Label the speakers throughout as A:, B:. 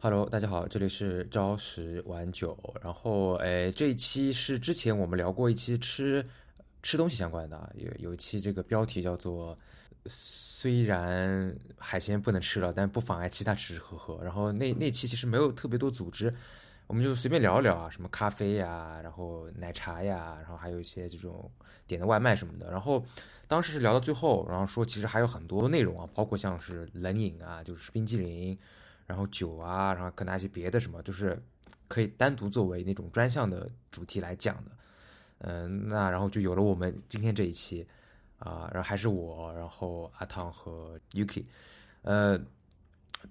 A: Hello，大家好，这里是朝十晚九。然后，哎，这一期是之前我们聊过一期吃吃东西相关的啊，有有一期这个标题叫做“虽然海鲜不能吃了，但不妨碍其他吃吃喝喝”。然后那那期其实没有特别多组织，我们就随便聊一聊啊，什么咖啡呀，然后奶茶呀，然后还有一些这种点的外卖什么的。然后当时是聊到最后，然后说其实还有很多内容啊，包括像是冷饮啊，就是冰激凌。然后酒啊，然后可能一些别的什么，就是可以单独作为那种专项的主题来讲的。嗯，那然后就有了我们今天这一期啊、然后还是我，然后阿汤和 Yuki，呃，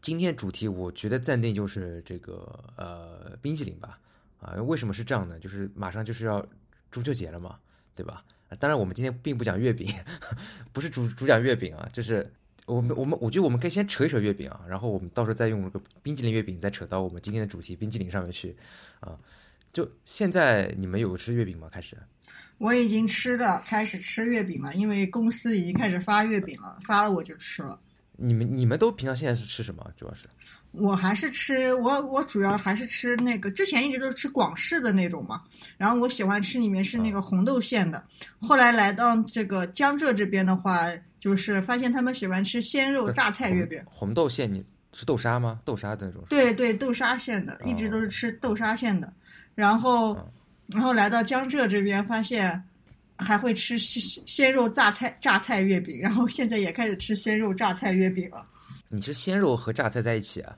A: 今天主题我觉得暂定就是这个呃冰淇淋吧，啊、为什么是这样呢？就是马上就是要中秋节了嘛，对吧？啊当然，我们今天并不讲月饼， 不是主主讲月饼啊，就是我们我们我觉得我们可以先扯一扯月饼啊，然后我们到时候再用这个冰淇淋月饼再扯到我们今天的主题冰淇淋上面去啊。就现在你们有吃月饼吗？开始？
B: 我已经吃的开始吃月饼了，因为公司已经开始发月饼了，发了我就吃了。
A: 你们你们都平常现在是吃什么？啊主要是
B: 我还是吃我我主要还是吃那个，之前一直都是吃广式的那种嘛，然后我喜欢吃里面是那个红豆馅的。后来来到这个江浙这边的话，就是发现他们喜欢吃鲜肉哦榨菜月饼，
A: 红豆馅，你是豆沙吗？豆沙的那种？
B: 对对，豆沙馅的，一直都是吃豆沙馅的。然后
A: 嗯，
B: 然后来到江浙这边，发现还会吃鲜鲜肉榨菜榨菜月饼，然后现在也开始吃鲜肉榨菜月饼了。
A: 你是鲜肉和榨菜在一起啊？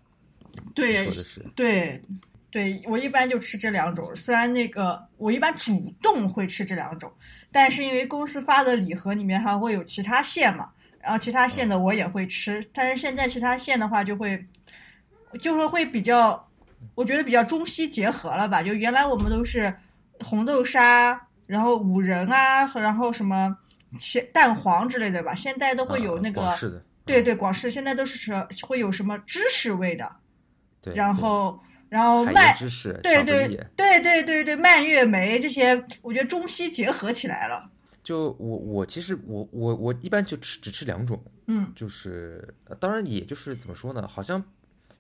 A: 你
B: 对
A: 说的是
B: 对对，我一般就吃这两种，虽然那个我一般主动会吃这两种，但是因为公司发的礼盒里面还会有其他馅嘛，然后其他馅的我也会吃，但是现在其他馅的话就会，就是会比较，我觉得比较中西结合了吧。就原来我们都是红豆沙，然后五仁啊，然后什么茄蛋黄之类的吧，现在都会有
A: 嗯
B: 那个，
A: 广式的，
B: 对
A: 嗯
B: 对，广式现在都是吃会有什么芝士味的，
A: 对，
B: 然后然后
A: 对海
B: 蔓
A: 盐芝士，
B: 对
A: 巧克
B: 对
A: 力
B: 对对对对蔓越莓这些，我觉得中西结合起来了。
A: 就我我其实我我我一般就吃只吃两种，
B: 嗯，
A: 就是呃当然也就是怎么说呢，好像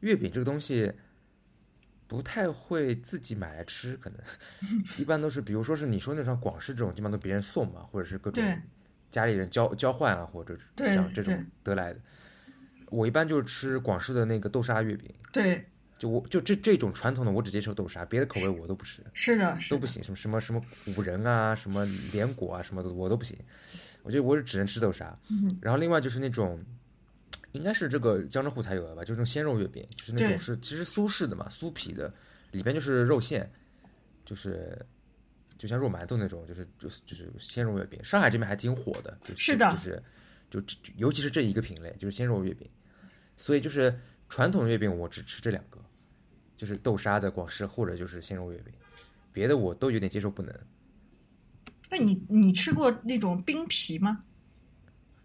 A: 月饼这个东西不太会自己买来吃，可能 一般都是比如说是你说那种广式这种，基本上都别人送嘛，或者是各种
B: 对
A: 家里人交交换啊，或者
B: 对
A: 像这种得
B: 对
A: 来的。我一般就是吃广式的那个豆沙月饼，
B: 对，
A: 就我就这这种传统的我只接受豆沙，别的口味我都不吃。
B: 是的，是
A: 都
B: 的
A: 不行，什么什么什么五仁啊，什么莲果啊，什么的我都不行。我觉得我是只能吃豆沙。
B: 嗯
A: 然后另外就是那种，应该是这个江浙沪才有的吧，就是那种鲜肉月饼，就是那
B: 对
A: 种是其实苏式的嘛，酥皮的，里边就是肉馅，就是就像肉馒头那种，就是就是就是鲜肉月饼。上海这边还挺火的，就是
B: 的
A: 就是就就尤其是这一个品类，就是鲜肉月饼。所以就是传统月饼我只吃这两个，就是豆沙的广式或者就是鲜肉月饼，别的我都有点接受不能。
B: 那你你吃过那种冰皮吗？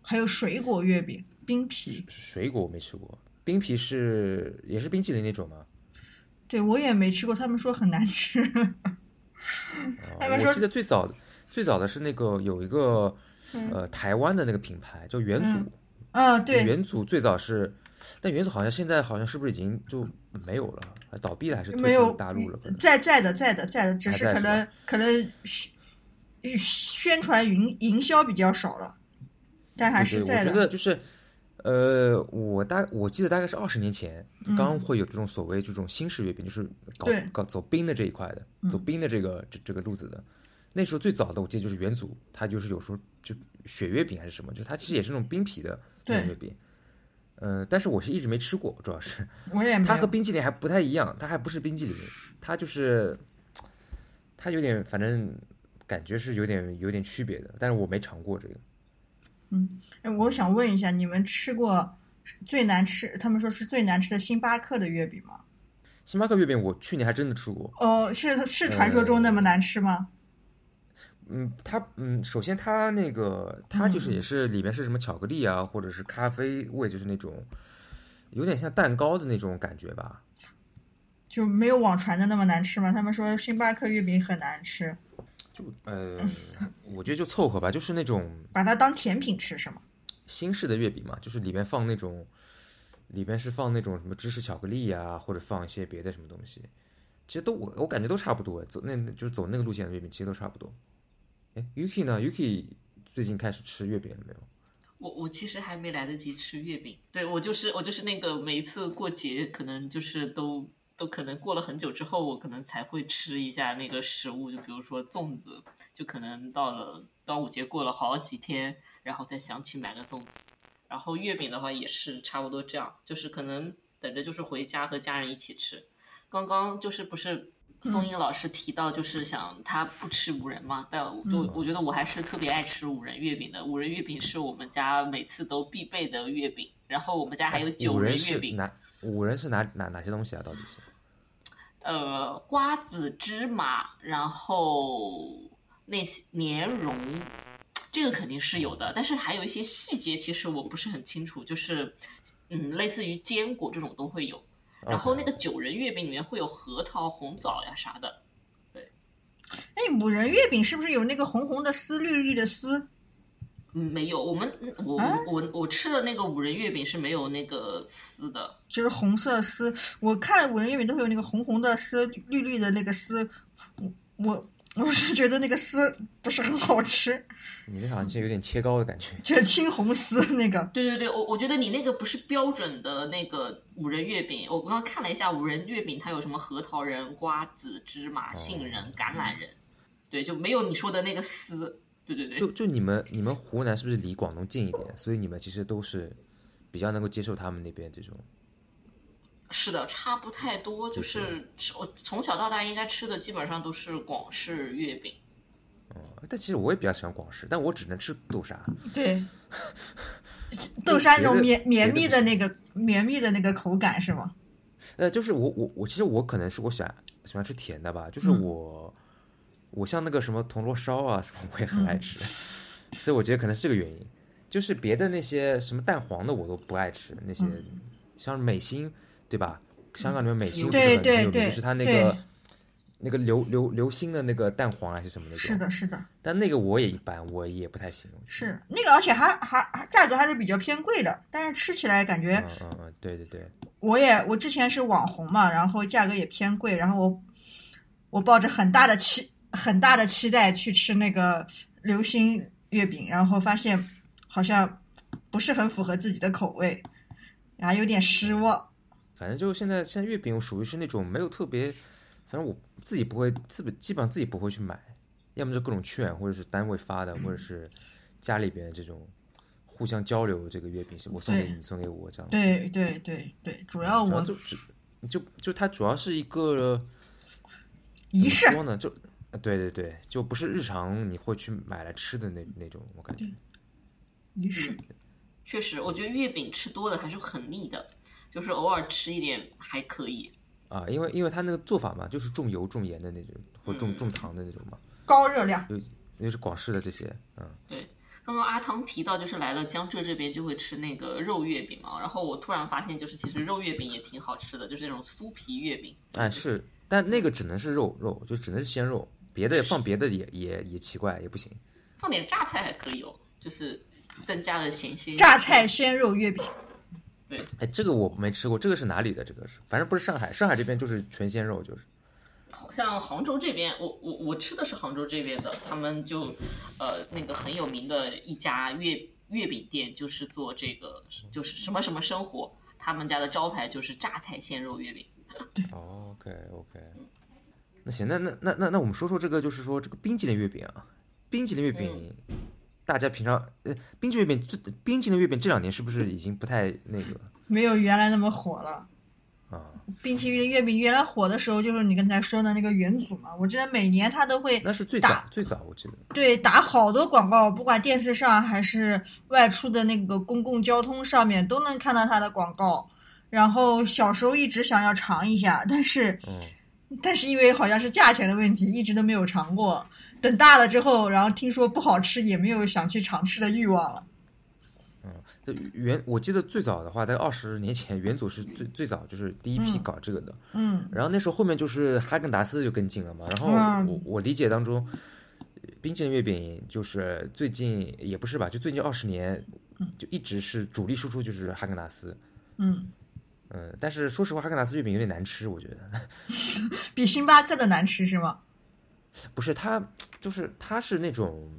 B: 还有水果月饼，冰皮，
A: 水果我没吃过，冰皮是也是冰淇淋那种吗？
B: 对我也没吃过，他们说很难吃。
A: 啊
B: 他们说
A: 我记得最早的最早的是那个有一个呃台湾的那个品牌叫元祖，
B: 啊，对，
A: 元祖最早是，但元祖好像现在好像是不是已经就没有了，还倒闭了还是
B: 没
A: 退
B: 有嗯
A: 出大陆了？可能
B: 在在的在的在的，只
A: 还
B: 是
A: 在
B: 可
A: 是
B: 能可能宣宣传营营销比较少了，但还
A: 对
B: 是
A: 对，
B: 在
A: 我
B: 的
A: 觉。得就是，呃，我大我记得大概是二十年前，刚会有这种所谓这种新式月饼，就是搞
B: 嗯对嗯
A: 搞走冰的这一块的，走冰的这个这这个路子的。那时候最早的我记得就是元祖，它就是有时候就雪月饼还是什么，就它其实也是那种冰皮的那种
B: 对
A: 月饼。嗯，但是我是一直没吃过，主要是
B: 我也嗯没
A: 它和
B: 有。
A: 冰激凌还不太一样，它还不是冰激凌，它就是它有点反正感觉是有点有点区别的，但是我没尝过这个。
B: 哎我想问一下，你们吃过最难吃？他们说是最难吃的星巴克的月饼吗？
A: 星巴克月饼我去年还真的吃过，
B: 哦，是是传说中那么难吃吗？
A: 嗯，它嗯，首先它那个它就是
B: 嗯
A: 也是里面是什么巧克力啊，或者是咖啡味，就是那种有点像蛋糕的那种感觉吧。
B: 就没有网传的那么难吃吗？他们说星巴克月饼很难吃，
A: 就 呃，我觉得就凑合吧，就是那种
B: 把它当甜品吃是吗？
A: 新式的月饼嘛，就是里面放那种里边是放那种什么芝士巧克力呀、或者放一些别的什么东西，其实都我我感觉都差不多，走那就是走那个路线的月饼其实都差不多。哎，Yuki 呢？Yuki 最近开始吃月饼了没有？
C: 我我其实还没来得及吃月饼，对我就是我就是那个每一次过节可能就是都都可能过了很久之后，我可能才会吃一下那个食物，就比如说粽子，就可能到了端午节过了好几天，然后才想去买个粽子。然后月饼的话也是差不多这样，就是可能等着就是回家和家人一起吃。刚刚就是不是宋英老师提到就是想他不吃五仁嘛，但我
A: 嗯
C: 就我觉得我还是特别爱吃五仁月饼的。五仁月饼是我们家每次都必备的月饼，然后我们家还有九
A: 五
C: 仁
A: 哎人
C: 月
A: 是
C: 饼，
A: 哪五人是哪哪哪些东西啊？到底是？
C: 呃，瓜子、芝麻，然后那些莲蓉，这个肯定是有的，但是还有一些细节，其实我不是很清楚，就是嗯，类似于坚果这种都会有。然后那个
A: OK，OK
C: 九仁月饼里面会有核桃、红枣呀啥的，
B: 哎，五仁月饼是不是有那个红红的丝、绿绿的丝？
C: 嗯，没有，我们嗯我
B: 啊
C: 我我吃的那个五仁月饼是没有那个丝的，
B: 就是红色丝。我看五仁月饼都会有那个红红的丝、绿绿的那个丝。我我我是觉得那个丝不是很好吃，
A: 你这好像现在有点切糕的感觉。
B: 就是青红丝那个。
C: 对对对，我我觉得你那个不是标准的那个五仁月饼。我刚刚看了一下五仁月饼，它有什么核桃仁、瓜子、芝麻、杏仁、橄榄仁，对，就没有你说的那个丝。对对对，
A: 就就你们你们湖南是不是离广东近一点？所以你们其实都是比较能够接受他们那边这种。
C: 是的，差不太多。就
A: 就是
C: 是吃我从小到大应该吃的基本上都是广式月饼。
A: 嗯但其实我也比较喜欢广式，但我只能吃豆沙。
B: 对，豆沙那种
A: 别
B: 绵
A: 的
B: 绵
A: 别的
B: 密
A: 不行
B: 的那个绵密的那个口感是吗？
A: 呃，就是我我我，其实我可能是我喜欢喜欢吃甜的吧，就是
B: 嗯
A: 我、我像那个什么铜锣烧啊什么，我也很
B: 嗯
A: 爱吃，所以我觉得可能是这个原因。就是别的那些什么蛋黄的我都不爱吃，那些、
B: 嗯
A: 像美心对吧？香港里面美心不是
B: 对
A: 很
B: 对
A: 很有名，
B: 对
A: 就是它那
B: 对
A: 个那个流流流心的那个蛋黄还是什么那种，
B: 是的，是的，
A: 但那个我也一般，我也不太行。我觉得
B: 是那个，而且还还还价格还是比较偏贵的，但是吃起来感觉
A: 嗯嗯嗯，对对对，
B: 我也我之前是网红嘛，然后价格也偏贵，然后我我抱着很大的期很大的期待去吃那个流心月饼，然后发现好像不是很符合自己的口味，然后有点失望。
A: 反正就现在，现在月饼属于是那种没有特别，反正我自己不会，基本基本上自己不会去买，要么就各种券，或者是单位发的，或者是家里边这种互相交流这个月饼，是我送给
B: 对
A: 你，送给我这样。
B: 对对对对，主要
A: 主要
B: 我
A: 就只就就它主要是一个怎
B: 仪
A: 么
B: 式
A: 说呢，就呃对对对，就不是日常你会去买来吃的那那种，我感觉
B: 对仪式，
C: 确实，我觉得月饼吃多了还是很腻的，就是偶尔吃一点还可以。
A: 啊，因为因为它那个做法嘛，就是重油重盐的那种，或重
C: 嗯
A: 重糖的那种嘛，
B: 高热量。
A: 因为是广式的这些，嗯。
C: 刚刚阿汤提到，就是来了江浙这边就会吃那个肉月饼嘛，然后我突然发现，就是其实肉月饼也挺好吃的，就是那种酥皮月饼。
A: 哎，是，但那个只能是肉肉，就只能是鲜肉，别的放别的也也也奇怪，也不行。
C: 放点榨菜还可以哦，就是增加了咸鲜。
B: 榨菜鲜肉月饼，
A: 哎，这个我没吃过，这个是哪里的？这个是，反正不是上海，上海这边就是纯鲜肉，就是。
C: 好像杭州这边，我我我吃的是杭州这边的，他们就呃那个很有名的一家月月饼店，就是做这个就是什么什么生活，他们家的招牌就是榨菜鲜肉月饼。
A: OK OK，那行，那那那那那我们说说这个，就是说这个冰淇淋月饼啊，冰淇淋月饼，大家平常呃，冰淇淋月饼最冰淇淋月饼这两年是不是已经不太那个了
B: 没有原来那么火了。
A: 啊？
B: 冰淇淋月饼原来火的时候，就是你刚才说的那个元祖嘛。我记得每年他都会
A: 那是最早
B: 打
A: 最早，我记得。
B: 对打好多广告，不管电视上还是外出的那个公共交通上面，都能看到他的广告。然后小时候一直想要尝一下，但是
A: 嗯，
B: 但是因为好像是价钱的问题，一直都没有尝过。等大了之后，然后听说不好吃，也没有想去尝试的欲望了。
A: 这元我记得最早的话，在二十年前，元祖是最最早就是第一批
B: 嗯
A: 搞这个的。
B: 嗯，
A: 然后那时候后面就是哈根达斯就跟进了嘛，然后
B: 嗯
A: 我我理解当中，冰淇淋月饼就是最近也不是吧，就最近二十年就一直是主力输出就是哈根达斯，
B: 嗯，
A: 嗯，但是说实话，哈根达斯月饼有点难吃，我觉得
B: 比星巴克的难吃是吗？
A: 不是它，就是它是那种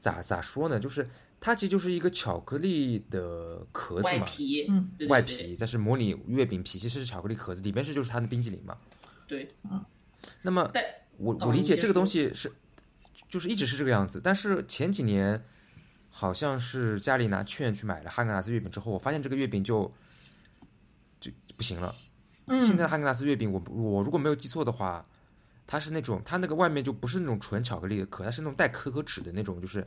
A: 咋咋说呢？就是它其实就是一个巧克力的壳子
C: 外
A: 嘛，
C: 皮，
B: 嗯
C: 对，对
A: 外，皮，但是模拟月饼皮其实是巧克力壳子，里边是就是它的冰激凌嘛。
C: 对对，
A: 那么
C: 但
A: 我
C: 哦
A: 我理
C: 你
A: 解
C: 先
A: 这个东
C: 说
A: 西是，就是一直是这个样子。但是前几年好像是家里拿券去买了哈根达斯月饼之后，我发现这个月饼就就不行了。现在
B: 嗯，
A: 哈根达斯月饼，我我如果没有记错的话，它是那种它那个外面就不是那种纯巧克力的壳，它是那种带可可脂的那种，就是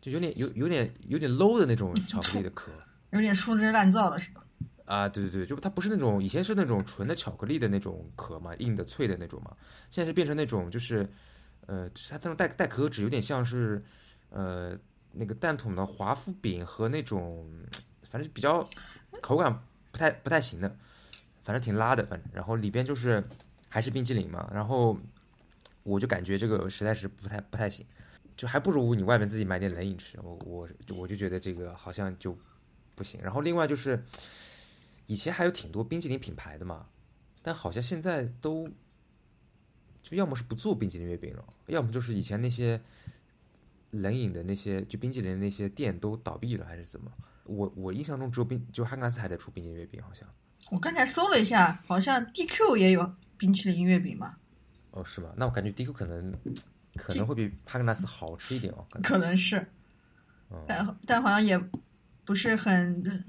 A: 就有点有有点有点 low 的那种巧克力的壳。
B: 有点粗制滥造了是吧？
A: 啊，对对对，就它不是那种以前是那种纯的巧克力的那种壳嘛，硬的脆的那种嘛，现在是变成那种就是，呃，就是它那种带带壳纸，有点像是，呃，那个蛋筒的华夫饼和那种，反正比较口感不太不太行的，反正挺拉的，反正然后里边就是还是冰淇淋嘛，然后我就感觉这个实在是不太不太行，就还不如你外面自己买点冷饮吃，我我我就觉得这个好像就不行，然后另外就是。以前还有挺多冰淇淋品牌的嘛，但好像现在都就要么是不做冰淇淋月饼了，要么就是以前那些冷饮的那些就冰淇淋的那些店都倒闭了，还是怎么？我我印象中只有冰就哈根达斯还在出冰淇淋月饼，好像
B: 我刚才搜了一下，好像 DQ 也有冰淇淋月饼嘛，
A: 哦是吗？那我感觉 DQ 可能可能会比哈根达斯好吃一点哦，感觉
B: 可能是，
A: 嗯
B: 但但好像也不是很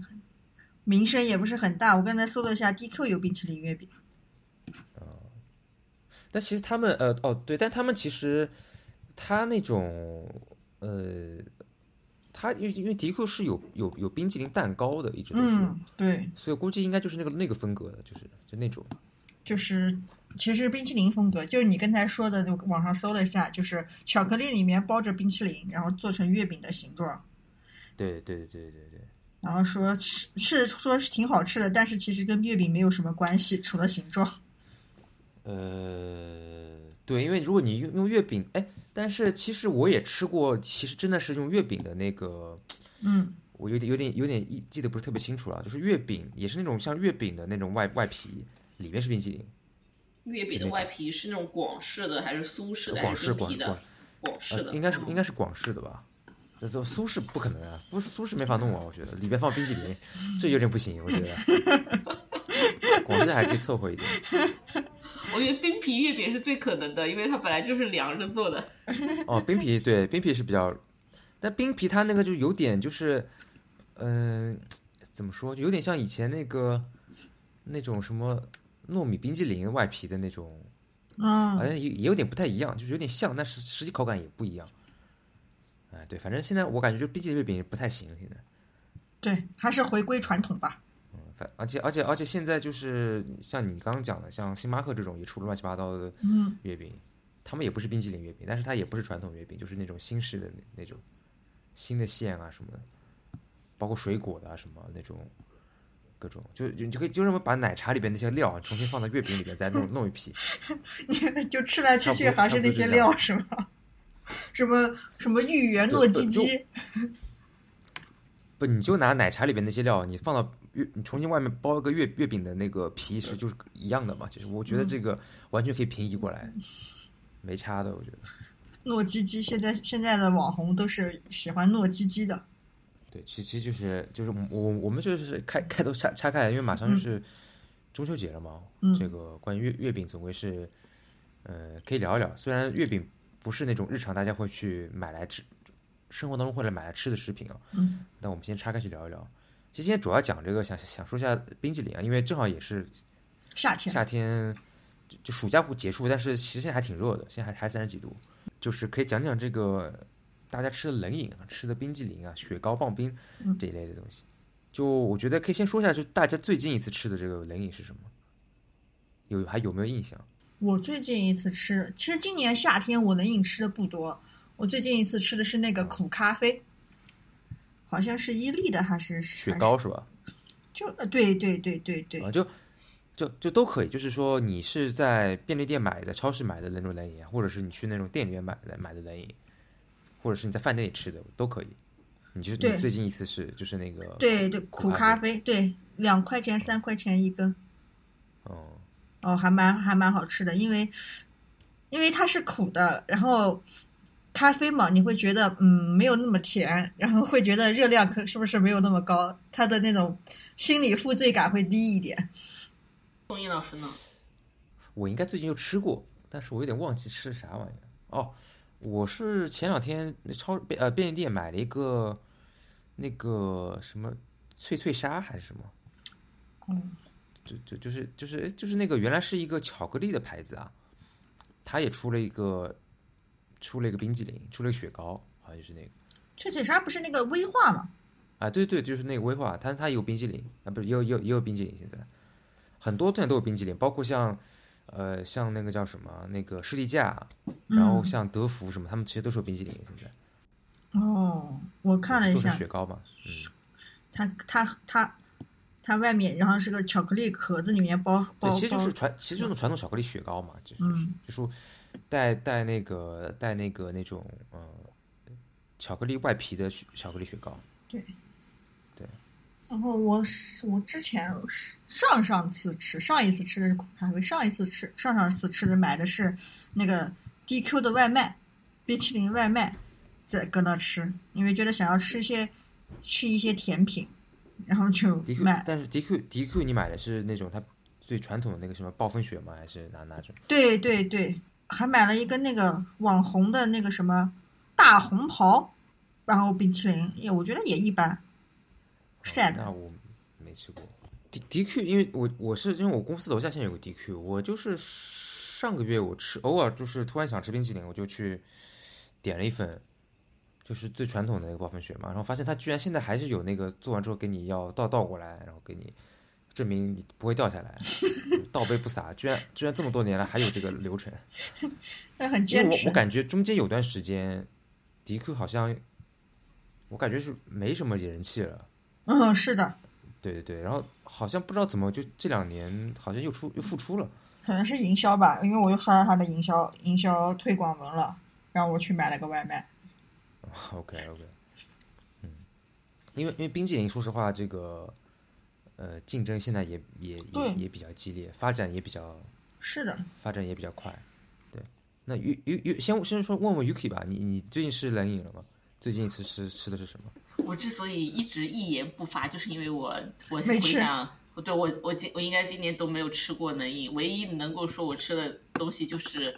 B: 名声也不是很大。我刚才搜了一下，DQ 有冰淇淋月饼，
A: 但其实他们呃哦对，但他们其实他那种呃。他因为因为迪克是有有有冰淇淋蛋糕的，一直都是，
B: 嗯，对，
A: 所以估计应该就是那个那个风格的，就是就那种
B: 就是其实冰淇淋风格，就是你刚才说的，就网上搜了一下，就是巧克力里面包着冰淇淋，然后做成月饼的形状，
A: 对对对对对，
B: 然后说是是说是挺好吃的，但是其实跟月饼没有什么关系，除了形状。
A: 呃，对，因为如果你用用月饼，哎，但是其实我也吃过，其实真的是用月饼的那个，
B: 嗯，
A: 我有点有点有点记记得不是特别清楚了，就是月饼也是那种像月饼的那种外外皮，里面是冰淇淋，
C: 月饼的外皮是那种广式的还是苏式的
A: 广
C: 还
A: 式
C: 是冰
A: 广
C: 皮
A: 广
C: 的？广式
A: 呃
C: 的，嗯
A: 应该是应
C: 该
A: 该是广式的吧。这这苏式不可能啊，不是苏式没法弄啊，我觉得里边放冰淇淋，这有点不行，我觉得。 广式还可以凑合一点，
C: 我觉得冰皮月饼是最可能的，因为它本来就是凉着做的。
A: 哦，冰皮对冰皮是比较，但冰皮它那个就有点就是，嗯、怎么说，就有点像以前那个那种什么糯米冰激凌外皮的那种，好
B: 嗯，
A: 像也也有点不太一样，就是有点像，但是实际口感也不一样。哎，对，反正现在我感觉就冰淇淋月饼也不太行，现在，
B: 对，还是回归传统吧。
A: 嗯，反而且而且而且现在就是像你刚刚讲的，像星巴克这种也出了乱七八糟的
B: 嗯，
A: 月饼，他们也不是冰淇淋月饼，但是它也不是传统月饼，就是那种新式的那那种新的馅啊什么的，包括水果的啊什么那种各种，就就你就可以就认为把奶茶里边那些料啊重新放到月饼里边再弄弄一批，
B: 就吃来吃去
A: 差不多
B: 还是那些料是吧？ 什么什么芋圆糯鸡
A: 对
B: 鸡，
A: 不你就拿奶茶里边那些料，你放到月你重新外面包一个月月饼的那个皮是就是一样的嘛，就是我觉得这个完全可以平移过来，没差的，我觉得。
B: 糯鸡鸡，现在现在的网红都是喜欢糯鸡鸡的。
A: 对，其其实就是就是我我我们就是开开头岔岔开来，因为马上就是中秋节了嘛。
B: 嗯
A: 这个关于月月饼，总归是呃可以聊一聊。虽然月饼不是那种日常大家会去买来吃，生活当中会来买来吃的食品啊，
B: 嗯
A: 但我们先岔开去聊一聊。其实今天主要讲这个，想想说一下冰淇淋啊，因为正好也是
B: 夏天，
A: 夏天就就暑假会结束，但是其实现在还挺热的，现在还还三十几度，就是可以讲讲这个大家吃的冷饮啊、吃的冰激凌啊、雪糕、棒冰
B: 嗯
A: 这一类的东西。就我觉得可以先说一下，就大家最近一次吃的这个冷饮是什么？有还有没有印象？
B: 我最近一次吃，其实今年夏天我冷饮吃的不多。我最近一次吃的是那个苦咖啡，好像是伊利的还是
A: 雪，
B: 还
A: 糕
B: 是
A: 是吧？
B: 就呃对对对对对
A: 啊，，就就就都可以，就是说你是在便利店买的、超市买的那种冷饮啊，或者是你去那种店里面买的买的冷饮，或者是你在饭店里吃的都可以。你就
B: 对
A: 你最近一次是就是那个
B: 对对，苦咖
A: 啡，
B: 啡，对，两块钱、三块钱一根，
A: 哦
B: 哦，还蛮还蛮好吃的，因为因为它是苦的，然后咖啡嘛，你会觉得嗯没有那么甜，然后会觉得热量可是不是没有那么高，它的那种心理负罪感会低一点。
C: 宋一老师呢？
A: 我应该最近又吃过，但是我有点忘记吃的啥玩意儿。哦，我是前两天超便呃便利店买了一个那个什么脆脆鲨还是什么，
B: 嗯，
A: 就就就是就是诶就是那个原来是一个巧克力的牌子啊，它也出了一个出了一个冰激凌，出了一个雪糕，好像就是那个
B: 脆脆鲨不是那个威化嘛？
A: 啊，对对，就是那个威化，它它也有冰激凌啊，不是也有也有也有冰激凌，现在很多店都有冰激凌，包括像呃像那个叫什么那个士力架，然后
B: 嗯
A: 像德芙什么，他们其实都是有冰激凌，现在
B: 哦，我看了一
A: 做成
B: 下，
A: 雪糕嘛，嗯，
B: 它它它它外面然后是个巧克力壳子，里面包包
A: 对，其实就
B: 包
A: 是传，其实就是那种传统巧克力雪糕嘛，就是
B: 嗯
A: 就是带带那个带那个那种呃巧克力外皮的雪巧克力雪糕，
B: 然后我是我之前是上上次吃上一次吃的是苦咖啡，上一次吃上上次吃的买的是那个 DQ 的外卖，冰淇淋外卖，在搁那吃，因为觉得想要吃一些吃一些甜品，然后就
A: DQ，
B: 买。
A: 但是 DQ DQ 你买的是那种它最传统的那个什么暴风雪吗？还是哪哪种？
B: 对对对，还买了一个那个网红的那个什么大红袍，然后冰淇淋，也我觉得也一般。
A: 哦
B: sad
A: 那我没吃过。D D Q，因为我我是因为我公司楼下现在有个 D Q，我就是上个月我吃，偶尔就是突然想吃冰淇淋，我就去点了一份，就是最传统的那个暴风雪嘛，然后发现它居然现在还是有那个做完之后给你要倒倒过来，然后给你证明你不会掉下来，就倒杯不洒，居然居然这么多年来还有这个流程。
B: 但很
A: 因为
B: 坚
A: 我
B: 持。
A: 我感觉中间有段时间，D Q 好像我感觉是没什么人气了。
B: 嗯，是的，
A: 对对对，然后好像不知道怎么就这两年好像又出又复出了，
B: 可能是营销吧，因为我又刷到他的营销营销推广文了，然后我去买了个外卖。
A: OK OK，嗯，因为因为冰激凌，说实话，这个呃竞争现在也也
B: 对
A: 也也比较激烈，发展也比较
B: 是的，
A: 发展也比较快。对，那 U U U 先先说问问 Yuki 吧，你你最近是冷饮了吗？最近一次吃吃的是什么？
C: 我之所以一直一言不发，就是因为我我
B: 没
C: 回
B: 吃
C: 想，对我我今我应该今年都没有吃过冷饮，唯一能够说我吃的东西就是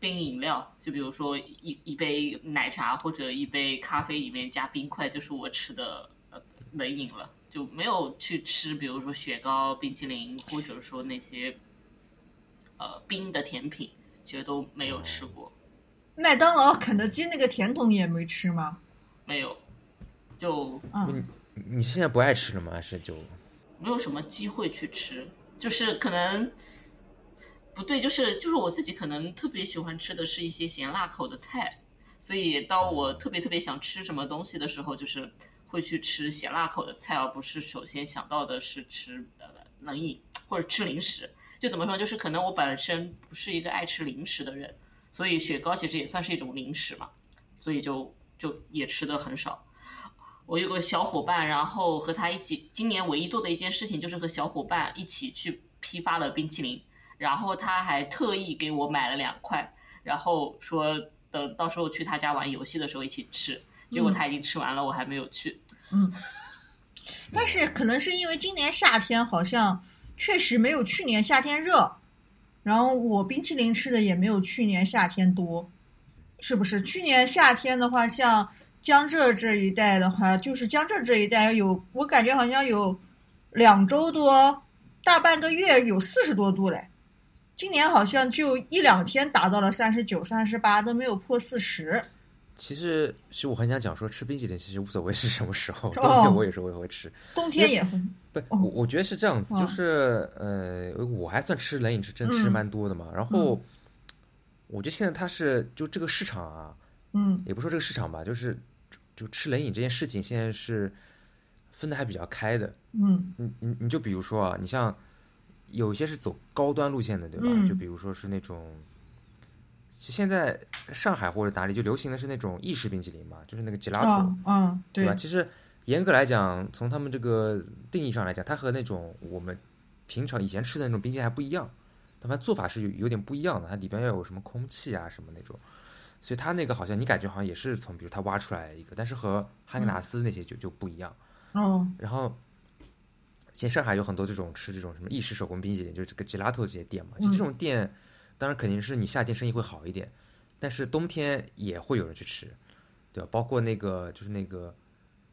C: 冰饮料，就比如说一一杯奶茶或者一杯咖啡里面加冰块，就是我吃的呃冷饮了，就没有去吃比如说雪糕、冰淇淋或者说那些呃冰的甜品，其实都没有吃过。
B: 麦当劳、肯德基那个甜筒也没吃吗？
C: 没有，就
B: 嗯，
A: 你现在不爱吃了吗？还是就
C: 没有什么机会去吃，就是可能不对，就是就是我自己可能特别喜欢吃的是一些咸辣口的菜，所以当我特别特别想吃什么东西的时候，就是会去吃咸辣口的菜，而不是首先想到的是吃呃冷饮或者吃零食。就怎么说，就是可能我本身不是一个爱吃零食的人，所以雪糕其实也算是一种零食嘛，所以就就也吃的很少。我有个小伙伴，然后和他一起，今年唯一做的一件事情就是和小伙伴一起去批发了冰淇淋，然后他还特意给我买了两块，然后说等到时候去他家玩游戏的时候一起吃。结
B: 嗯
C: 果他已经吃完了，我还没有去。
B: 但是可能是因为今年夏天好像确实没有去年夏天热，然后我冰淇淋吃的也没有去年夏天多，是不是？去年夏天的话，像江浙这一带的话，就是江浙这一带有，我感觉好像有两周多，大半个月有四十多度嘞。今年好像就一两天达到了三十九、三十八，都没有破四十。
A: 其实其实我很想讲说，吃冰淇淋其实无所谓是什么时候，
B: 哦
A: 冬天我有时候也会吃，
B: 冬天也会，
A: 不，
B: 哦
A: 我我觉得是这样子，
B: 哇
A: 就是呃，我还算吃冷饮是真吃
B: 嗯
A: 蛮多的嘛。然后我觉得现在它是就这个市场啊，
B: 嗯
A: 也不说这个市场吧，就是就就吃冷饮这件事情，现在是分的还比较开的。
B: 嗯
A: 你你你就比如说啊，你像有一些是走高端路线的，对吧？
B: 嗯
A: 就比如说是那种现在上海或者哪里就流行的是那种意式冰淇淋嘛，就是那个吉拉图，
B: 嗯嗯，
A: 对吧？其实严格来讲，从他们这个定义上来讲，它和那种我们平常以前吃的那种冰淇淋还不一样，它们做法是有有点不一样的，它里边要有什么空气啊什么那种。所以它那个好像你感觉好像也是从，比如它挖出来一个，但是和哈根达斯那些就就不一样。
B: 哦，
A: 然后，其实上海有很多这种吃这种什么意式手工冰淇淋，就是这个 gelato 这些店嘛。
B: 嗯
A: 其实这种店，当然肯定是你夏天生意会好一点，但是冬天也会有人去吃，对吧？包括那个就是那个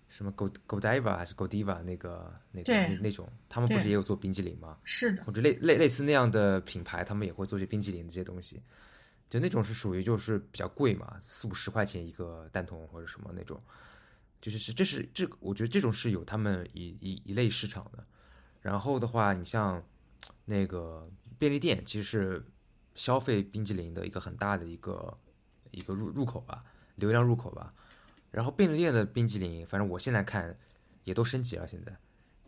A: 什么 Go Godiva 还是 Godiva 那个那个
B: 对
A: 那那种，他们不是
B: 对
A: 也有做冰激凌吗？
B: 是的，
A: 或者类类类似那样的品牌，他们也会做一些冰淇淋这些东西，就那种是属于就是比较贵嘛，四五十块钱一个蛋筒或者什么那种，就是是这是这我觉得这种是有他们一一一类市场的。然后的话，你像那个便利店，其实是消费冰激凌的一个很大的一个一个入入口吧，流量入口吧。然后便利店的冰激凌，反正我现在看也都升级了，现在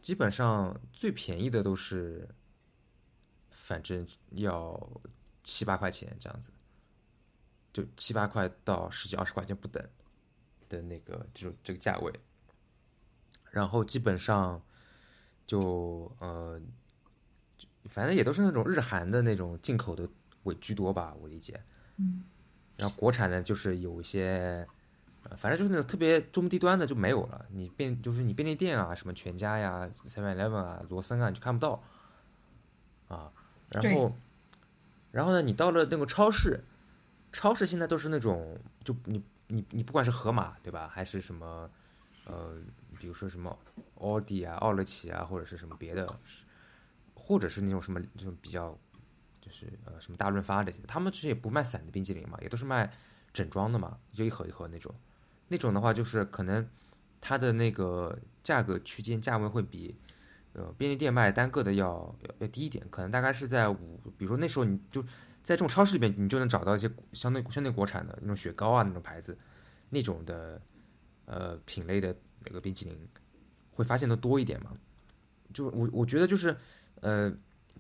A: 基本上最便宜的都是，反正要七八块钱这样子，就七八块到十几二十块钱不等的那个这种这个价位。然后基本上就呃，就反正也都是那种日韩的那种进口的为居多吧，我理解。
B: 嗯，
A: 然后国产的就是有一些，呃，反正就是那种特别中低端的就没有了。你便就是你便利店啊，什么全家呀、Seven Eleven 啊、罗森啊，你就看不到啊。然
B: 对
A: 后，然后呢，你到了那个超市，超市现在都是那种，就你你你不管是盒马对吧，还是什么，呃，比如说什么奥迪啊、奥乐奇啊，或者是什么别的，或者是那种什么这种比较就是呃什么大润发这些，他们其实也不卖散的冰淇淋嘛，也都是卖整装的嘛，就一盒一盒那种。那种的话，就是可能它的那个价格区间价位会比呃便利店卖单个的要要要低一点，可能大概是在五，比如说那时候你就在这种超市里面，你就能找到一些相对相对国产的那种雪糕啊那种牌子，那种的呃品类的那个冰淇淋会发现的多一点嘛。就我我觉得就是呃，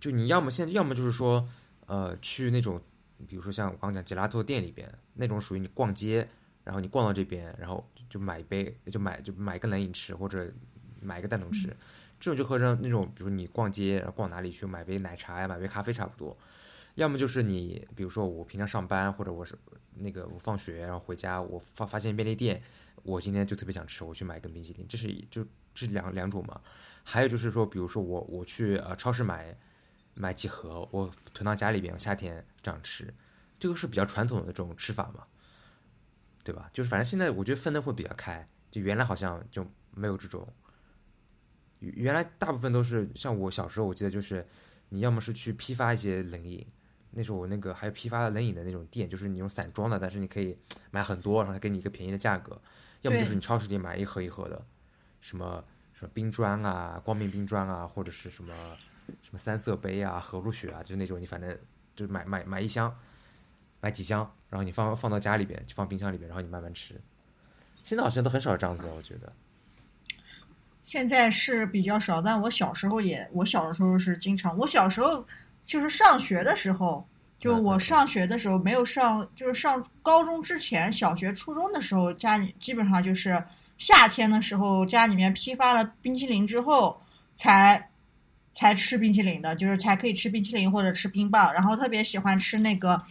A: 就你要么现在要么就是说呃去那种。比如说像我刚刚讲吉拉托店里边那种属于你逛街，然后你逛到这边，然后就买一杯，就买就买个冷饮吃，或者买一个蛋筒吃，这种就和上那种，比如你逛街，然后逛哪里去买杯奶茶呀，买杯咖啡差不多。要么就是你，比如说我平常上班，或者我是那个我放学然后回家，我发发现便利店，我今天就特别想吃，我去买一根冰淇淋，这是一就这两两种嘛。还有就是说，比如说我我去呃超市买买几盒，我囤到家里边，我夏天这样吃，这个是比较传统的这种吃法嘛，对吧？就是反正现在我觉得分的会比较开，就原来好像就没有这种，原原来大部分都是像我小时候，我记得就是你要么是去批发一些冷饮，那时候我那个还有批发冷饮的那种店，就是你用散装的，但是你可以买很多，然后它给你一个便宜的价格，要么就是
B: 对
A: 你超市里买一盒一盒的，什么什么冰砖啊、光明冰砖啊，或者是什么什么三色杯啊、和路雪啊，就是那种你反正就是买买买一箱，买几箱，然后你放放到家里边，就放冰箱里边，然后你慢慢吃。现在好像都很少这样子了，我觉得。
B: 现在是比较少，但我小时候也，我小时候是经常，我小时候就是上学的时候，就
A: 嗯嗯
B: 我
A: 嗯
B: 上学的时候没有上，就是上高中之前，小学、初中的时候，家里基本上就是夏天的时候，家里面批发了冰淇淋之后才。才吃冰淇淋的，就是才可以吃冰淇淋或者吃冰棒，然后特别喜欢吃那个，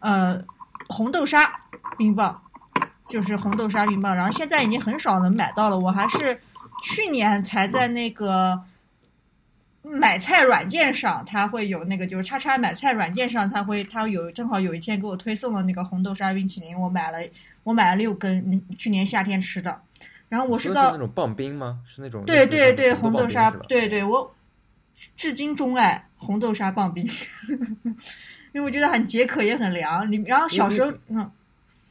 B: 呃，红豆沙冰棒，就是红豆沙冰棒。然后现在已经很少能买到了，我还是去年才在那个买菜软件上，它会有那个就是叉叉买菜软件上，它会它有正好有一天给我推送了那个红豆沙冰淇淋，我买了我买了六根，嗯去年夏天吃的。然后我是
A: 你说
B: 到
A: 的是那种棒冰吗？哦是那种类
B: 对
A: 似于
B: 对
A: 像
B: 对，
A: 红
B: 红
A: 豆棒
B: 豆
A: 冰
B: 沙
A: 是吧，
B: 对对，我至今钟爱红豆沙棒冰， 因为我觉得很解渴也很凉。你然后小时候，嗯，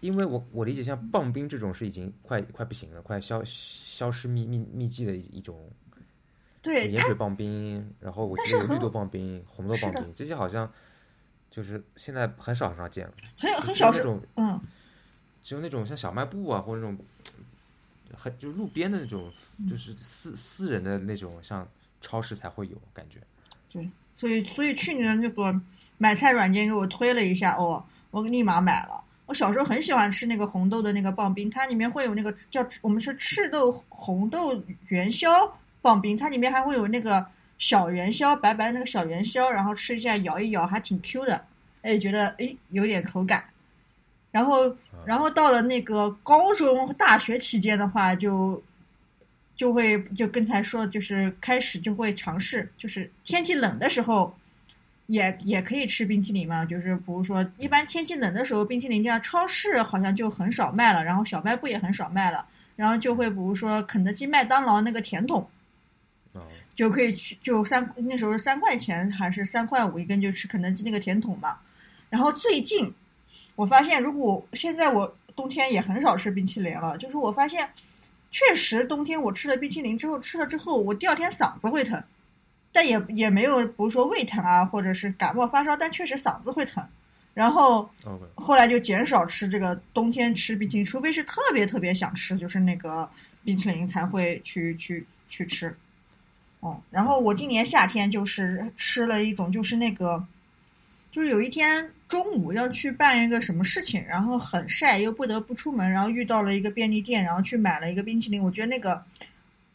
A: 因为我我理解像棒冰这种是已经快快不行了，快消消失秘秘秘籍的一种
B: 对
A: 盐
B: 它
A: 水棒冰，然后我
B: 但
A: 记得
B: 是
A: 有绿
B: 很
A: 豆棒冰、红豆
B: 是
A: 棒
B: 的
A: 冰，这些好像就是现在很少很少见了，
B: 很
A: 就
B: 很
A: 只有
B: 小
A: 那
B: 时候，
A: 种
B: 嗯，
A: 只有那种像小卖部啊，或者那种很就是路边的那种，
B: 嗯
A: 就是私私人的那种，像超市才会有感觉。
B: 对，所以所以去年那个买菜软件给我推了一下，哦，我立马买了。我小时候很喜欢吃那个红豆的那个棒冰，它里面会有那个叫我们是赤豆红豆元宵棒冰，它里面还会有那个小元宵，白白那个小元宵，然后吃一下摇一摇，还挺 Q 的，哎，觉得哎有点口感。然后，
A: 嗯
B: 然后到了那个高中、大学期间的话，就就会就刚才说，就是开始就会尝试，就是天气冷的时候也也可以吃冰淇淋嘛。就是比如说，一般天气冷的时候，冰淇淋店超市好像就很少卖了，然后小卖部也很少卖了，然后就会比如说肯德基、麦当劳那个甜筒，
A: 嗯
B: 就可以去就三那时候三块钱还是三块五一根，就吃肯德基那个甜筒嘛。然后最近。我发现，如果现在我冬天也很少吃冰淇淋了，就是我发现，确实冬天我吃了冰淇淋之后，吃了之后，我第二天嗓子会疼，但也也没有，比如说胃疼啊，或者是感冒发烧，但确实嗓子会疼。然后后来就减少吃这个冬天吃冰淇淋，除非是特别特别想吃，就是那个冰淇淋才会去去去吃。哦、嗯，然后我今年夏天就是吃了一种，就是那个。就是有一天中午要去办一个什么事情，然后很晒，又不得不出门，然后遇到了一个便利店，然后去买了一个冰淇淋。我觉得那个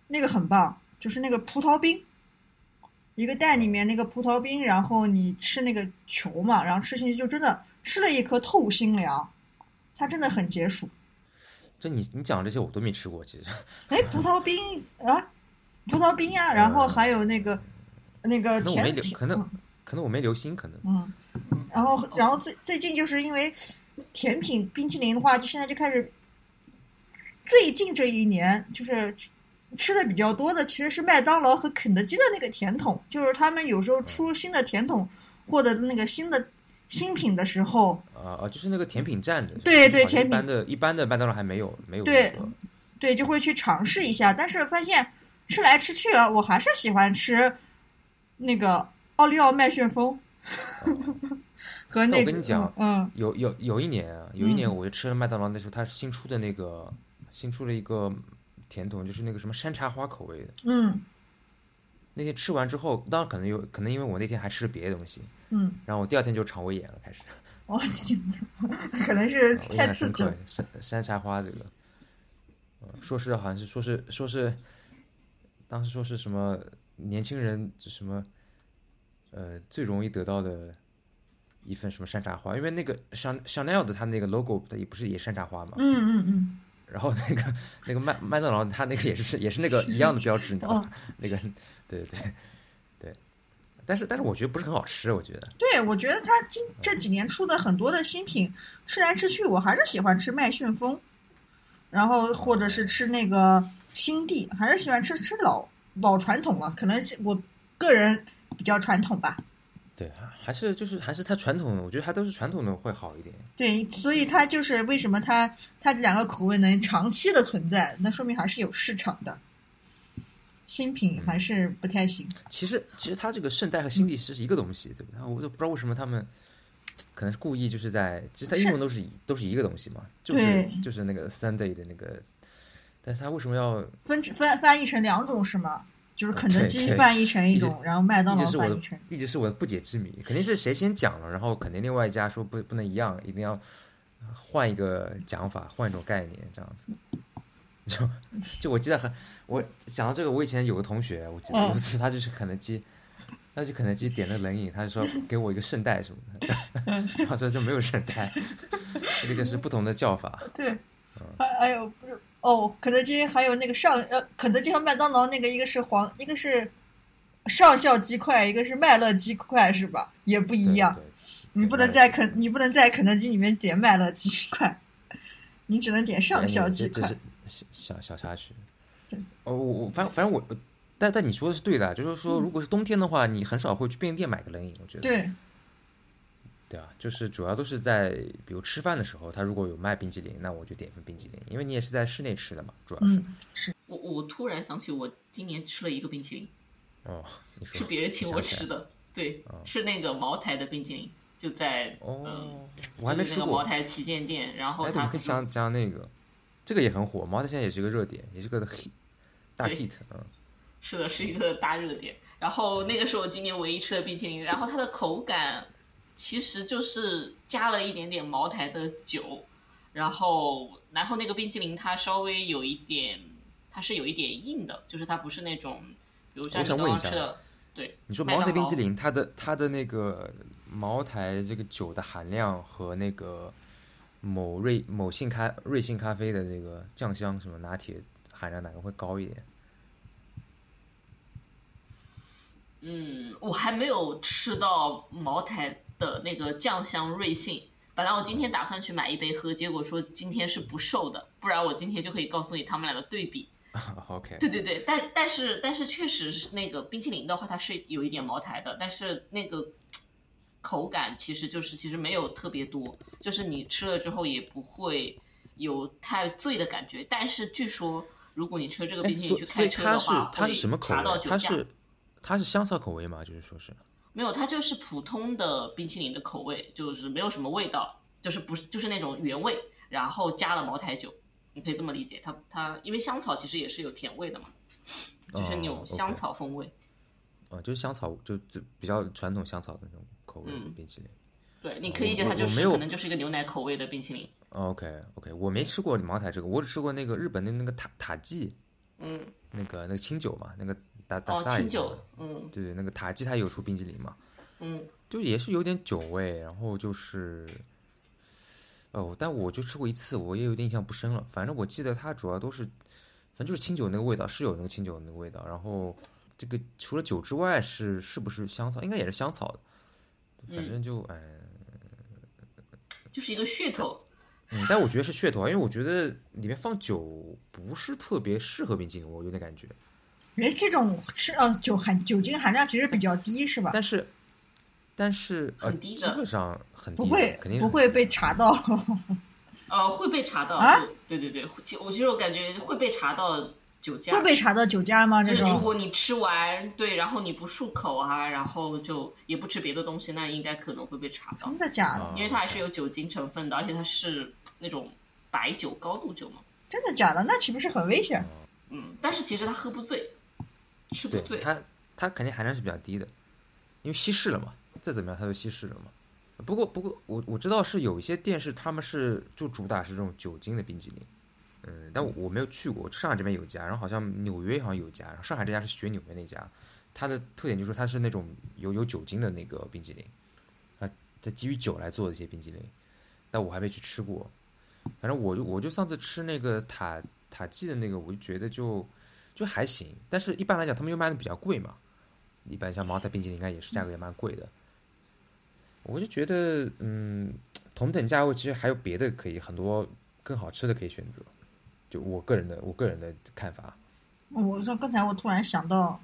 B: 那个很棒，就是那个葡萄冰，一个袋里面那个葡萄冰，然后你吃那个球嘛，然后吃进去就真的吃了一颗透心凉，它真的很解暑。
A: 这你你讲这些我都没吃过，其实。
B: 哎，葡萄冰啊，葡萄冰呀、啊，然后还有那个、嗯、那个甜
A: 甜，呃可能可能我没留心，可能
B: 嗯。然后，
C: 哦
A: 哦
B: 然后最最近就是因为甜品冰淇淋的话，就现在就开始。最近这一年，就是吃的比较多的其实是麦当劳和肯德基的那个甜筒，就是他们有时候出新的甜筒或者那个新的新品的时候，
A: 啊啊，就是那个甜品站的，
B: 对对，甜
A: 品一般的一般的麦当劳还没有没有
B: 对对，就会去尝试一下，但是发现吃来吃去啊，我还是喜欢吃那个奥利奥麦旋风。 和那
A: 哦我跟你讲，
B: 嗯，
A: 有有有一年啊，有一年我就吃了麦当劳，那时候它新出的那个，新出了一个甜筒，就是那个什么山茶花口味的。
B: 嗯。
A: 那天吃完之后，当然可能有可能因为我那天还吃了别的东西，
B: 嗯，
A: 然后我第二天就肠胃炎了，开始。
B: 我 天，哦可能
A: 嗯
B: 是太刺激。
A: 山山茶花这个，呃说是好像是说是说是，当时说是什么年轻人什么，呃，最容易得到的。一份什么山茶花，因为那个香香奈儿的它那个 logo 它也不是也山茶花嘛，
B: 嗯嗯嗯，
A: 然后那个那个麦麦当劳它那个也是也是那个一样的标志，你知道吗？
B: 哦
A: 那个对对对对，但是但是我觉得不是很好吃，我觉得。
B: 对，我觉得它今这几年出的很多的新品，吃来吃去我还是喜欢吃麦旋风，然后或者是吃那个新地，还是喜欢吃吃老老传统了，可能是我个人比较传统吧。
A: 对，还是就是还是它传统的，我觉得它都是传统的会好一点。
B: 对，所以它就是为什么它它这两个口味能长期的存在，那说明还是有市场的。新品还是不太行。
A: 嗯、其实其实它这个圣代和新地是一个东西，对吧？我就不知道为什么他们可能是故意就是在，其实它英文都是都是一个东西嘛，就是就是那个 Sunday 的那个，但是它为什么要
B: 分翻翻译成两种是吗？就是肯德基翻译成一种，
A: 呃对对
B: 然后麦当劳
A: 翻
B: 译成
A: 一直是我的不解之谜，肯定是谁先讲了，然后肯定另外一家说不不能一样，一定要换一个讲法，换一种概念这样子。就就我记得很，我想到这个，我以前有个同学，我记得有一
B: 嗯
A: 次他就是肯德基，他去肯德基点了冷饮，他就说给我一个圣代什么 的，他说就没有圣代，这个就是不同的叫法。
B: 对，
A: 嗯
B: 还还有不是。哦，肯德基还有那个上呃，肯德基和麦当劳那个一个是黄，一个是上校鸡块，一个是麦乐鸡块，是吧？也不一样，你不能在肯你不能在肯德基里面点麦乐鸡块， 你只能点上校鸡块。
A: 这是小小插曲。哦，我我反正反正我，但但你说的是对的，啊就是说，如果是冬天的话，你很少会去便利店买个冷饮，我觉得。
B: 嗯对。
A: 对啊，就是主要都是在比如吃饭的时候，他如果有卖冰淇淋，那我就点份冰淇淋，因为你也是在室内吃的嘛，主要是。
B: 嗯，是
C: 我我突然想起我今年吃了一个冰淇淋。
A: 哦，你说
C: 是别人请我吃的，对，
A: 哦、
C: 是那个茅台的冰淇淋，就在
A: 哦，
C: 嗯、
A: 我还没吃过
C: 茅台嗯旗舰店，然后
A: 哎，
C: 他
A: 可以讲讲那个，这个也很火，茅台现在也是个热点，也是个 hit 大 hit，嗯，
C: 是的，是一个大热点。然后那个是我今年唯一吃的冰淇淋，然后它的口感。其实就是加了一点点茅台的酒，然后然后那个冰淇淋它稍微有一点，它是有一点硬的，就是它不是那种，比如像
A: 我
C: 你
A: 想
C: 刚
A: 问一
C: 刚
A: 下
C: 吃的，对，
A: 你说
C: 麦
A: 茅台
C: 当
A: 冰
C: 劳
A: 激凌，它的它的那个茅台这个酒的含量和那个某瑞某信咖瑞幸咖啡的这个酱香什么拿铁含量哪个会高一点？
C: 嗯，我还没有吃到茅台的那个酱香瑞幸。本来我今天打算去买一杯喝，结果说今天是不售的，不然我今天就可以告诉你他们俩的对比。
A: OK，
C: 对对对，但但是但是确实是那个冰淇淋的话，它是有一点茅台的，但是那个口感其实就是其实没有特别多，就是你吃了之后也不会有太醉的感觉。但是据说如果你吃这个
A: 哎，
C: 冰淇淋
A: 所
C: 去
A: 以所
C: 开
A: 以
C: 车
A: 它
C: 的
A: 是
C: 话，
A: 它
C: 会
A: 是什么口
C: 查到
A: 味？啊
C: 酒
A: 它
C: 驾。
A: 是它是香草口味吗？就是说是
C: 没有，它就是普通的冰淇淋的口味，就是没有什么味道，就是不是就是那种原味，然后加了茅台酒，你可以这么理解。它它因为香草其实也是有甜味的嘛，就是那
A: 哦
C: 种
A: ，OK
C: 香草风味。
A: 啊，就是香草，就就比较传统香草的那种口味的
C: 嗯
A: 冰淇淋。
C: 对，你可以理解
A: 嗯
C: 它
A: 我
C: 就
A: 我没
C: 是
A: 有
C: 可能就是一个牛奶口味的冰淇淋。
A: OK OK，我哦没吃过茅台这个，我只吃过那个日本的那个塔塔记，
C: 嗯，
A: 那个那个清酒嘛，那个打打
C: 哦，
A: 萨
C: 清酒，嗯
A: 对对，那个塔记它有出冰激凌嘛，
C: 嗯，
A: 就也是有点酒味，然后就是，哦，但我就吃过一次，我也有点印象不深了。反正我记得它主要都是，反正就是清酒那个味道，是有那个清酒那个味道。然后这个除了酒之外是是不是香草？应该也是香草的，反
C: 嗯
A: 正就哎，
C: 就是一个噱头。
A: 嗯，但我觉得是噱头啊，因为我觉得里面放酒不是特别适合冰激凌，我有点感觉。
B: 哎，这种吃呃酒含酒精含量其实比较低，是吧？
A: 但是，但是呃，
C: 很低的
A: 基本上很低
B: 不
A: 的，
B: 会
A: 肯定
B: 不
A: 很
B: 会
A: 低
B: 被
A: 的
B: 查到。
C: 呃，会被查到。
B: 啊
C: 对对对，其我其实我感觉会被查到酒驾。
B: 会被查到酒驾吗？
C: 就
B: 这
C: 是如
B: 种
C: 果你吃完对，然后你不漱口啊，然后就也不吃别的东西，那应该可能会被查到
B: 真，的假的？
A: 啊
C: 因为它还是有酒精成分的，而且它是那种白酒、高度酒嘛。
B: 真的假的？那岂不是很危险？
C: 嗯，但是其实它喝不醉，吃不
A: 对
C: 醉。
A: 它，它肯定含量是比较低的，因为稀释了嘛，再怎么样它都稀释了嘛。不过，不过我我知道是有一些店是他们是就主打是这种酒精的冰激凌，嗯，但我我没有去过，上海这边有家，然后好像纽约好像有家，然后上海这家是学纽约那家，它的特点就是它是那种有有酒精的那个冰激凌，啊，它基于酒来做的一些冰激凌，但我还没去吃过，反正我就我就上次吃那个塔塔记的那个，我就觉得就就还行，但是一般来讲他们又卖的比较贵嘛，一般像茅台冰淇淋应该也是价格也蛮贵的，我就觉得嗯，同等价位其实还有别的可以很多更好吃的可以选择，就我个人的我个人的看法，
B: 我说刚才我突然想到，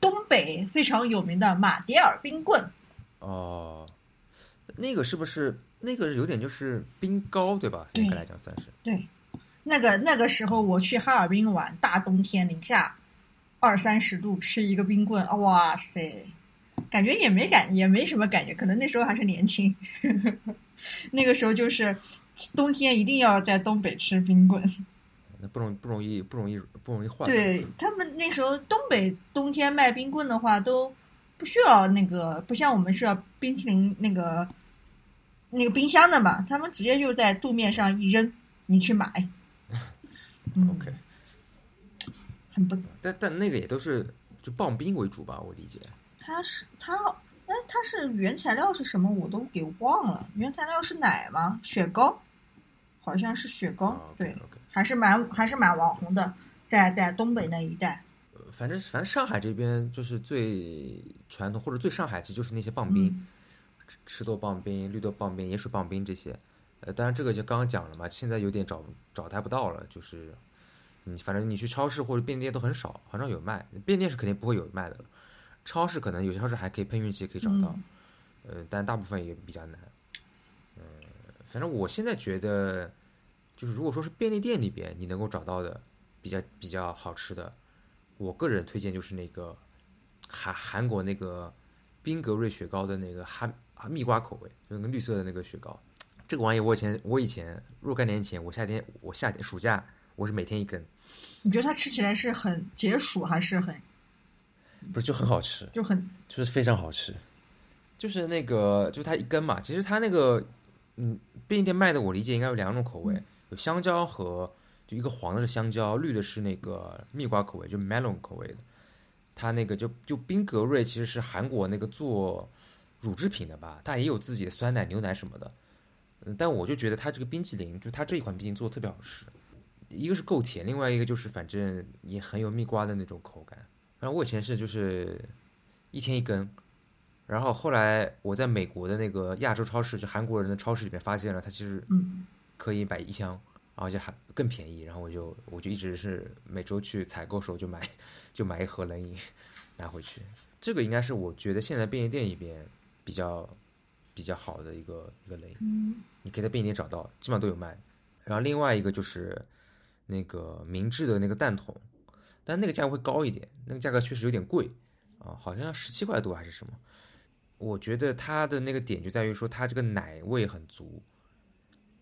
B: 东北非常有名的马迭尔冰棍，
A: 哦，那个是不是那个有点就是冰糕对吧？严格
B: 对
A: 来讲算是，
B: 对，那个那个时候我去哈尔滨玩，大冬天零下二三十度吃一个冰棍，哇塞，感觉也没感也没什么感觉，可能那时候还是年轻， 那个时候就是冬天一定要在东北吃冰棍。
A: 那不容不容易不容易不容易坏，
B: 对他们那时候东北冬天卖冰棍的话，都不需要那个，不像我们需要冰淇淋那个那个冰箱的嘛，他们直接就在路面上一扔，你 去买。嗯，
A: ，OK。
B: 很不，
A: 但但那个也都是就棒冰为主吧，我理解。
B: 它是它。哎，它是原材料是什么？我都给忘了。原材料是奶吗？雪糕，好像是雪糕。
A: 啊
B: 哦对，
A: ，OK，
B: 还是蛮还是蛮网红的，在在东北那一带。
A: 呃反正反正上海这边就是最传统或者最上海，其实就是那些棒冰，
B: 嗯，
A: 吃吃豆棒冰、绿豆棒冰、野水棒冰这些。呃，当然这个就刚刚讲了嘛，现在有点找找它不到了，就是你嗯反正你去超市或者便利店都很少，很少有卖，便利店是肯定不会有卖的了，超市可能有些超市还可以碰运气可以找到，
B: 嗯
A: 呃，但大部分也比较难。嗯、反正我现在觉得，就是如果说是便利店里边你能够找到的比较比较好吃的，我个人推荐就是那个韩韩国那个冰格瑞雪糕的那个哈啊蜜瓜口味，就是那个绿色的那个雪糕。这个玩意我以前我以前若干年前，我夏天我夏天暑假我是每天一根，
B: 你觉得它吃起来是很解暑，还是很
A: 不是就很好吃，
B: 就很
A: 就是非常好吃。就是那个，就是它一根嘛。其实它那个，嗯，便利店卖的，我理解应该有两种口味，有香蕉和就一个黄的是香蕉，绿的是那个蜜瓜口味，就 melon 口味的。它那个就就冰格瑞其实是韩国那个做乳制品的吧，它也有自己的酸奶、牛奶什么的。嗯，但我就觉得它这个冰淇淋，就它这一款冰淇淋做的特别好吃，一个是够甜，另外一个就是反正也很有蜜瓜的那种口感。反正我以前是就是一天一根，然后后来我在美国的那个亚洲超市，就韩国人的超市里面发现了，它其实
B: 嗯
A: 可以买一箱，而且还更便宜。然后我就我就一直是每周去采购时候就买就买一盒冷饮拿回去。这个应该是我觉得现在便利店里边比较比较好的一个一个冷饮，
B: 嗯，
A: 你可以在便利店找到，基本上都有卖。然后另外一个就是那个明治的那个蛋筒，但那个价格会高一点，那个价格确实有点贵啊，好像十七块多还是什么。我觉得它的那个点就在于说，它这个奶味很足，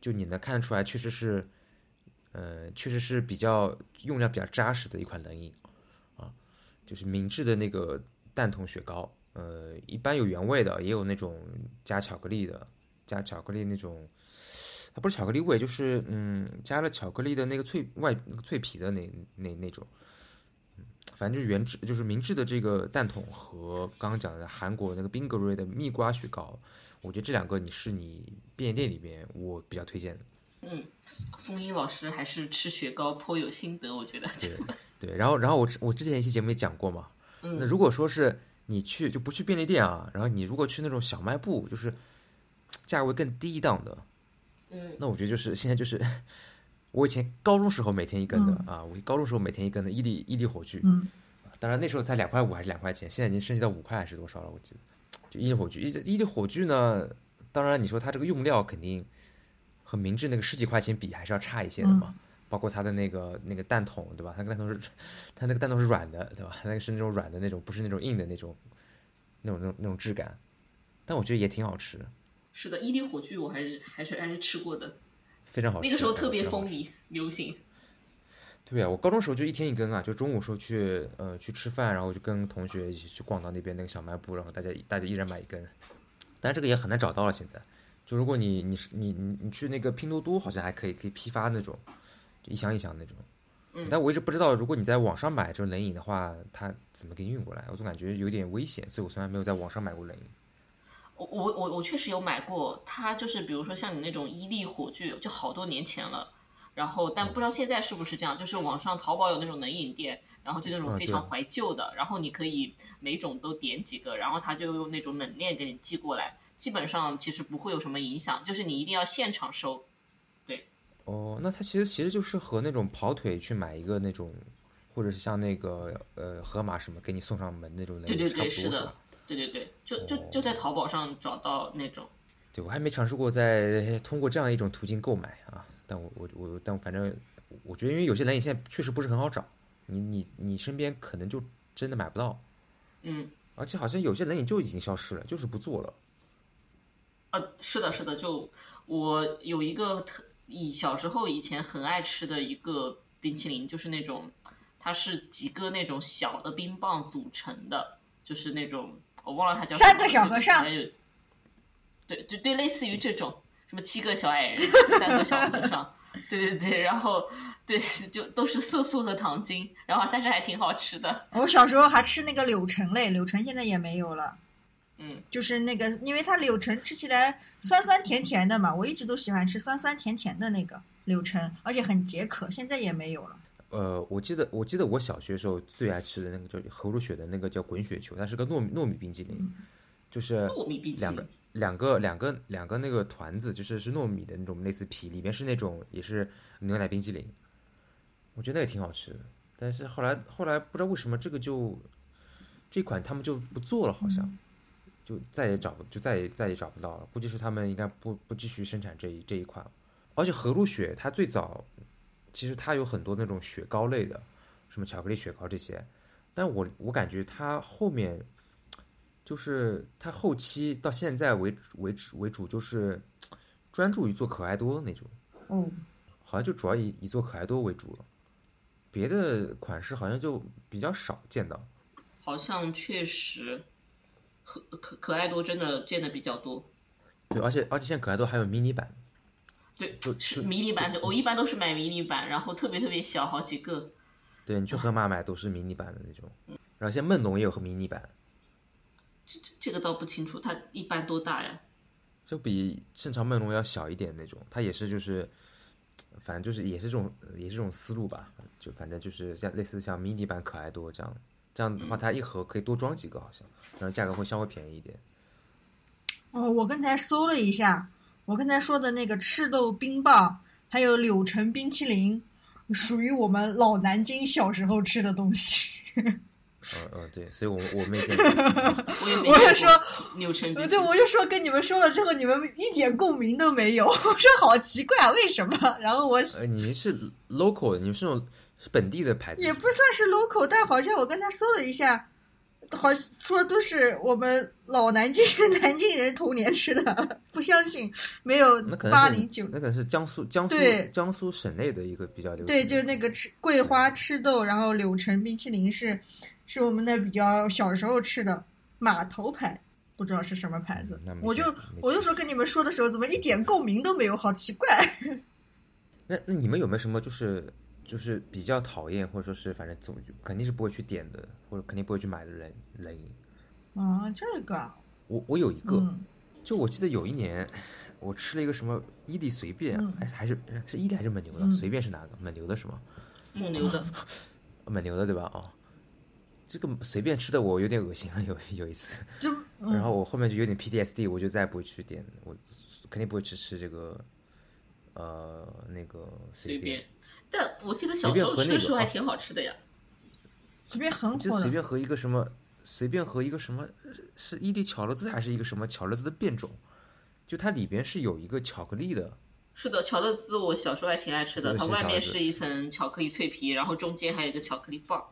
A: 就你能看得出来，确实是，呃，确实是比较用量比较扎实的一款冷饮啊，就是明治的那个蛋筒雪糕，呃，一般有原味的，也有那种加巧克力的，加巧克力那种，它不是巧克力味，就是嗯，加了巧克力的那个脆外那个脆皮的那那那种。嗯反正就是原制就是明治的这个蛋筒和刚刚讲的韩国那个冰格瑞的蜜瓜雪糕，我觉得这两个你是你便利店里边我比较推荐的。
C: 宋英老师还是吃雪糕颇有心得，我觉得。
A: 对对，然后然后我之我之前一期节目也讲过嘛，那
C: 嗯，
A: 如果说是你去就不去便利店啊，然后你如果去那种小卖部，就是价位更低档的，
C: 嗯，
A: 那我觉得就是现在就是我以前高中时候每天一根的、
B: 嗯
A: 啊，我高中时候每天一根的伊利伊利火炬，
B: 嗯
A: 当然那时候才两块五还是两块钱，现在已经升级到五块还是多少了？我记得。就伊利火炬，伊伊利火炬呢，当然你说它这个用料肯定和明治那个十几块钱比还是要差一些的
B: 嗯
A: 嘛，包括它的那个那个蛋筒对吧？它那个蛋筒是它那个蛋筒是软的对吧？它那个是那种软的那种，不是那种硬的那种那种那种那种质感，但我觉得也挺好吃，
C: 是的，伊利火炬我还是还是还是吃过的，
A: 非常好吃。
C: 那个时候
A: 对
C: 特
A: 非
C: 别
A: 常好
C: 风
A: 吃
C: 靡流行。
A: 对啊，我高中时候就一天一根啊，就中午时候去呃去吃饭，然后就跟同学一起去逛到那边那个小卖部，然后大家大家一人买一根，但这个也很难找到了。现在，就如果你你是你你你去那个拼多多，好像还可以可以批发那种，就一箱一箱那种。
C: 嗯
A: 但我一直不知道，如果你在网上买这种冷饮的话，它怎么给你运过来？我总感觉有点危险，所以我从来没有在网上买过冷饮。
C: 嗯我我我我确实有买过，它就是比如说像你那种伊利火炬，就好多年前了。然后，但不知道现在是不是这样，就是网上淘宝有那种冷饮店，然后就那
A: 啊
C: 种非
A: 对
C: 常怀旧的，然后你可以每种都点几个，然后他就用那种冷链给你寄过来，基本上其实不会有什么影响，就是你一定要现场收。
A: 哦，那它其实其实就是和那种跑腿去买一个那种，或者是像那个呃盒马什么给你送上门那种冷
C: 对
A: 饮
C: 对
A: 差不
C: 对，
A: 多吧
C: 是的？，对对对，就就就在
A: 哦
C: 淘宝上找到那种。
A: 对，我还没尝试过在通过这样一种途径购买啊，但我我我，但反正我觉得，因为有些冷饮现在确实不是很好找，你你你身边可能就真的买不到，
C: 嗯，
A: 而且好像有些冷饮就已经消失了，就是不做了。
C: 呃，是的，是的，就我有一个特以小时候以前很爱吃的一个冰淇淋，就是那种它是几个那种小的冰棒组成的，就是那种我忘了它叫
B: 三
C: 什
B: 个
C: 么
B: 小
C: 就
B: 和
C: 是
B: 尚
C: 里面有对对对，类似于这种什么七个小矮 人，三个小和尚，对对对，然后对就都是色素和糖精，然后但是还挺好吃的，
B: 我小时候还吃那个柳橙嘞，柳橙现在也没有了。
C: 嗯，
B: 就是那个，因为它柳橙吃起来酸酸甜甜的嘛，我一直都喜欢吃酸酸甜甜的那个柳橙，而且很解渴，现在也没有了。
A: 呃，我记得我记得我小学时候最爱吃的那个叫和如雪的那个叫滚雪球，它是个糯米糯米冰淇淋，就是
C: 嗯糯米冰淇
A: 两个，
C: 淋
A: 两个两个两个那个团子，就是是糯米的那种类似皮，里面是那种也是牛奶冰激凌，我觉得那也挺好吃的。但是后来后来不知道为什么这个就这款他们就不做了，好像、就再也找不就再也再也找不到了。估计是他们应该不不继续生产这一这一款了。而且和路雪它最早其实它有很多那种雪糕类的，什么巧克力雪糕这些，但我我感觉它后面就是它后期到现在为为止为主，就是专注于做可爱多那种，
B: 哦，
A: 好像就主要以以做可爱多为主了，别的款式好像就比较少见到。
C: 好像确实，可可可爱多真的见的比较多。
A: 对，而且而且现在可爱多还有迷你版，
C: 对
A: 就是就
C: 迷你版的，
A: 就
C: 我一般都是买迷你版，然后特别特别小，好几个。
A: 对你去盒马买都是迷你版的那种。然后现在梦龙也有和迷你版，
C: 这这这个倒不清楚，它一般多大呀？
A: 就比正常梦龙要小一点那种，它也是就是，反正就是也是这种也是这种思路吧，就反正就是像类似像迷你版可爱多这样，这样的话它一盒可以多装几个好像，然后价格会稍微便宜一点。
B: 哦，我刚才搜了一下，我刚才说的那个赤豆冰棒，还有柳橙冰淇淋，属于我们老南京小时候吃的东西。
A: 嗯嗯，对，所以我我没见过。
C: 我也没
B: 我也
C: 见过柳橙冰
B: 呃，
C: 淇
B: 对，
C: 淋，
B: 我就说跟你们说了之后，你们一点共鸣都没有，我 说好奇怪，啊为什么？然后我
A: 呃，你是 local，的，你们是那种是本地的牌子，
B: 也不算是 local，但好像我刚才搜了一下，好像说都是我们老南京南京人 童年吃的，不相信，没有
A: 那可能
B: 八
A: 是
B: 零九。
A: 那可能是江苏江苏
B: 对
A: 江苏省内的一个比较流行的。
B: 对，就是那个吃桂花赤豆，然后柳橙冰淇淋是是我们那比较小时候吃的码头牌，不知道是什么牌子
A: 嗯那。没
B: 我就
A: 事没
B: 我就
A: 事
B: 说跟你们说的时候，怎么一点共鸣都没有，好奇怪。
A: 那那你们有没有什么就是就是比较讨厌或者说是反正总肯定是不会去点的，或者肯定不会去买的人人饮？
B: 啊，这个啊，
A: 我我有一个，
B: 嗯，
A: 就我记得有一年我吃了一个什么伊利随便，哎
B: 嗯
A: 还是还是是伊利还是蒙牛的？
B: 嗯
A: 随便是哪个？蒙牛的是吗？
C: 蒙牛的，
A: 蒙牛的对吧？哦，这个随便吃的我有点恶心啊，有有一次。
B: 就
A: 然
B: 嗯
A: 后我后面就有点 PTSD，我就再也不会去点，我肯定不会去吃这个，呃，那个
C: 随
A: 随
C: 便
A: 便，。
C: 但我记得
A: 随
C: 小
A: 便
C: 时候
A: 和
C: 吃
A: 那
C: 的
A: 个
C: 时候还
A: 啊
C: 挺好吃的呀。
B: 随便很
A: 我记
B: 火
A: 得随
B: 的，
A: 便和一个什么，随便和一个什么是伊利巧乐兹还是一个什么巧乐兹的变种，就它里边是有一个巧克力的，
C: 是的，巧乐兹我小时候还挺爱吃的，
A: 对
C: 它
A: 是
C: 外
A: 巧乐
C: 面
A: 兹
C: 是一层巧克力脆皮，然后中间还有一个巧克力棒儿。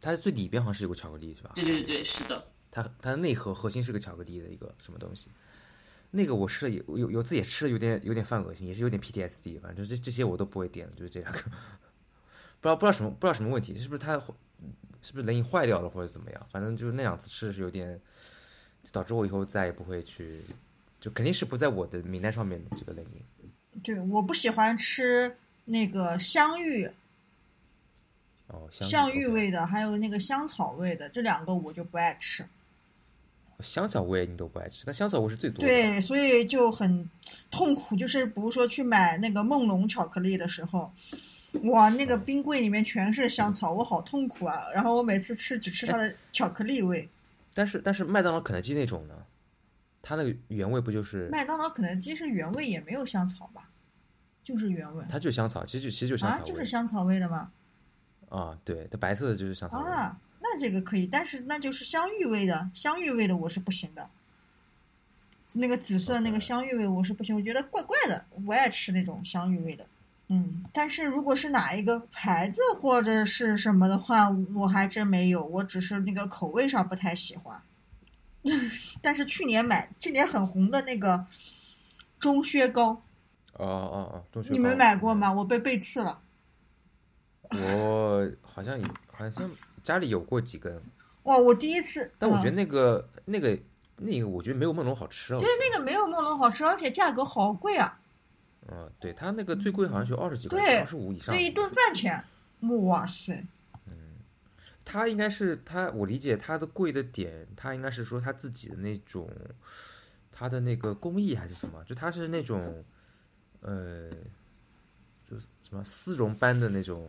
A: 它最里边好像是有个巧克力是吧？
C: 对对对，是的。
A: 它它的内核核心是个巧克力的一个什么东西。那个我吃了也有有次也吃了有点有点犯恶心，也是有点 PTSD，反正这这些我都不会点，就是这两个， 不知道不知道什么不知道什么问题，是不是它是不是冷饮坏掉了或者怎么样？反正就是那两次吃是有点，就导致我以后再也不会去，就肯定是不在我的名单上面的这个冷饮。
B: 对，我不喜欢吃那个香芋、
A: 哦，
B: 香
A: 芋
B: 芋味的，还有那个香草味的，这两个我就不爱吃。
A: 香草味你都不爱吃，但香草味是最多的。
B: 对，所以就很痛苦，就是比如说去买那个梦龙巧克力的时候，哇，那个冰柜里面全是香草，我好痛苦啊！然后我每次吃只吃它的巧克力味。
A: 但是但是麦当劳、肯德基那种呢，它那个原味不就是
B: 麦当劳、肯德基是原味，也没有香草吧？就是原味
A: 它就是香草，其实就其实就是香
B: 啊，
A: 草味。
B: 就是香草味的吗？
A: 啊，对，它白色的就是香草味。
B: 啊，那这个可以，但是那就是香芋味的，香芋味的我是不行的。那个紫色那个
A: OK
B: 香芋味我是不行，我觉得怪怪的，我不爱吃那种香芋味的。嗯，但是如果是哪一个牌子或者是什么的话，我还真没有，我只是那个口味上不太喜欢。 但是去年买，去年很红的那个钟薛高，
A: 哦哦哦，中学嗯
B: 你们
A: 高
B: 买过？吗？我被背刺了。
A: 我好像也好像家里有过几根，
B: 哇，我第一次，
A: 但我
B: 嗯
A: 觉得那个、那个那个，我觉得没有梦龙好吃哦。
B: 对那个没有梦龙好吃，而且价格好贵啊。
A: 嗯，对，它那个最贵好像就二十几块
B: 对
A: 钱，二十五以上
B: 对。一顿饭钱，哇塞！
A: 它应该是它，我理解它的贵的点，它应该是说它自己的那种，它的那个工艺还是什么，就它是那种，呃，就是什么丝绒般的那种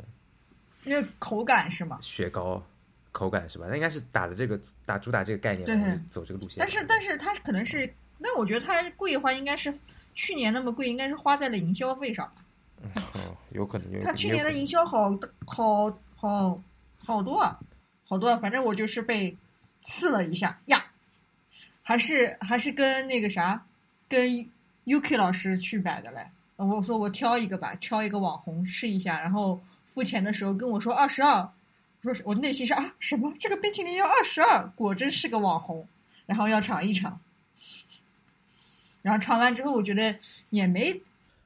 B: 那个口感是吗？
A: 雪糕口感是吧？它应该是打的这个打主打这个概念，
B: 对
A: 然后就走这个路线。
B: 但是但是它可能是，那我觉得它贵的话，应该是去年那么贵，应该是花在了营销费上吧。
A: 哦，有可能有可能
B: 它去年的
A: 有可
B: 营销好好好好多啊，好多啊，反正我就是被刺了一下呀，还是还是跟那个啥，跟 UK 老师去买的嘞。我说我挑一个吧，挑一个网红试一下，然后付钱的时候跟我说二十二，我说是我内心是啊什么这个冰淇淋要二十二，果真是个网红，然后要尝一尝，然后尝完之后我觉得也没
A: 能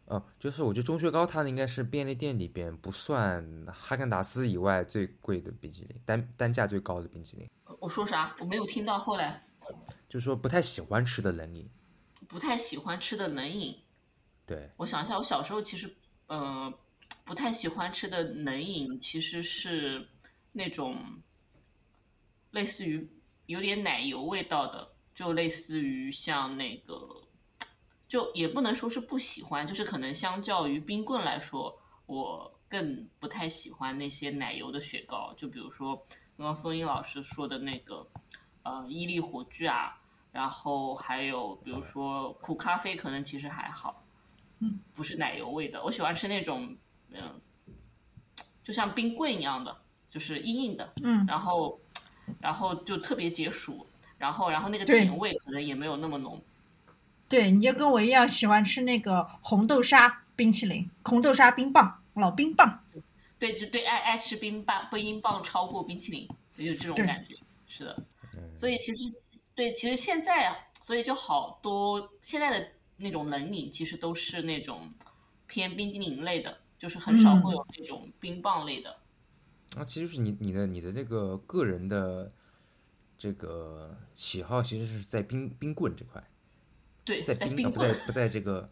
A: 哦，就是我觉得钟薛高它应该是便利店里边不算哈根达斯以外最贵的冰淇淋，单单价最高的冰淇淋。
C: 我说啥？我没有听到后来。
A: 就是说不太喜欢吃的冷饮。
C: 不太喜欢吃的冷饮。
A: 对，
C: 我想一下，我小时候其实，呃，不太喜欢吃的冷饮其实是那种类似于有点奶油味道的，就类似于像那个，就也不能说是不喜欢，就是可能相较于冰棍来说，我更不太喜欢那些奶油的雪糕，就比如说刚刚松英老师说的那个，呃，伊利火炬啊。然后还有比如说苦咖啡，可能其实还好，
B: 嗯，
C: 不是奶油味的。我喜欢吃那种，嗯，就像冰棍一样的，就是硬硬的，
B: 嗯，
C: 然后，然后就特别解暑，然后，然后那个
B: 对
C: 甜味可能也没有那么浓。
B: 对，你就跟我一样喜欢吃那个红豆沙冰淇淋、红豆沙冰棒、老冰棒。
C: 对，就对爱爱吃冰棒，冰棒超过冰淇淋，有这种
B: 对
C: 感觉。是的，
A: 嗯，
C: 所以其实对，其实现在啊，所以就好多现在的那种冷饮，其实都是那种偏冰激凌类的，就是很
B: 嗯
C: 少会有那种冰棒类的。
A: 那其实就是你你的你的那个个人的这个喜好，其实是在冰冰棍这块，
C: 对，
A: 在
C: 在
A: 冰啊
C: 冰
A: 不在
C: 棍，
A: 不在这个，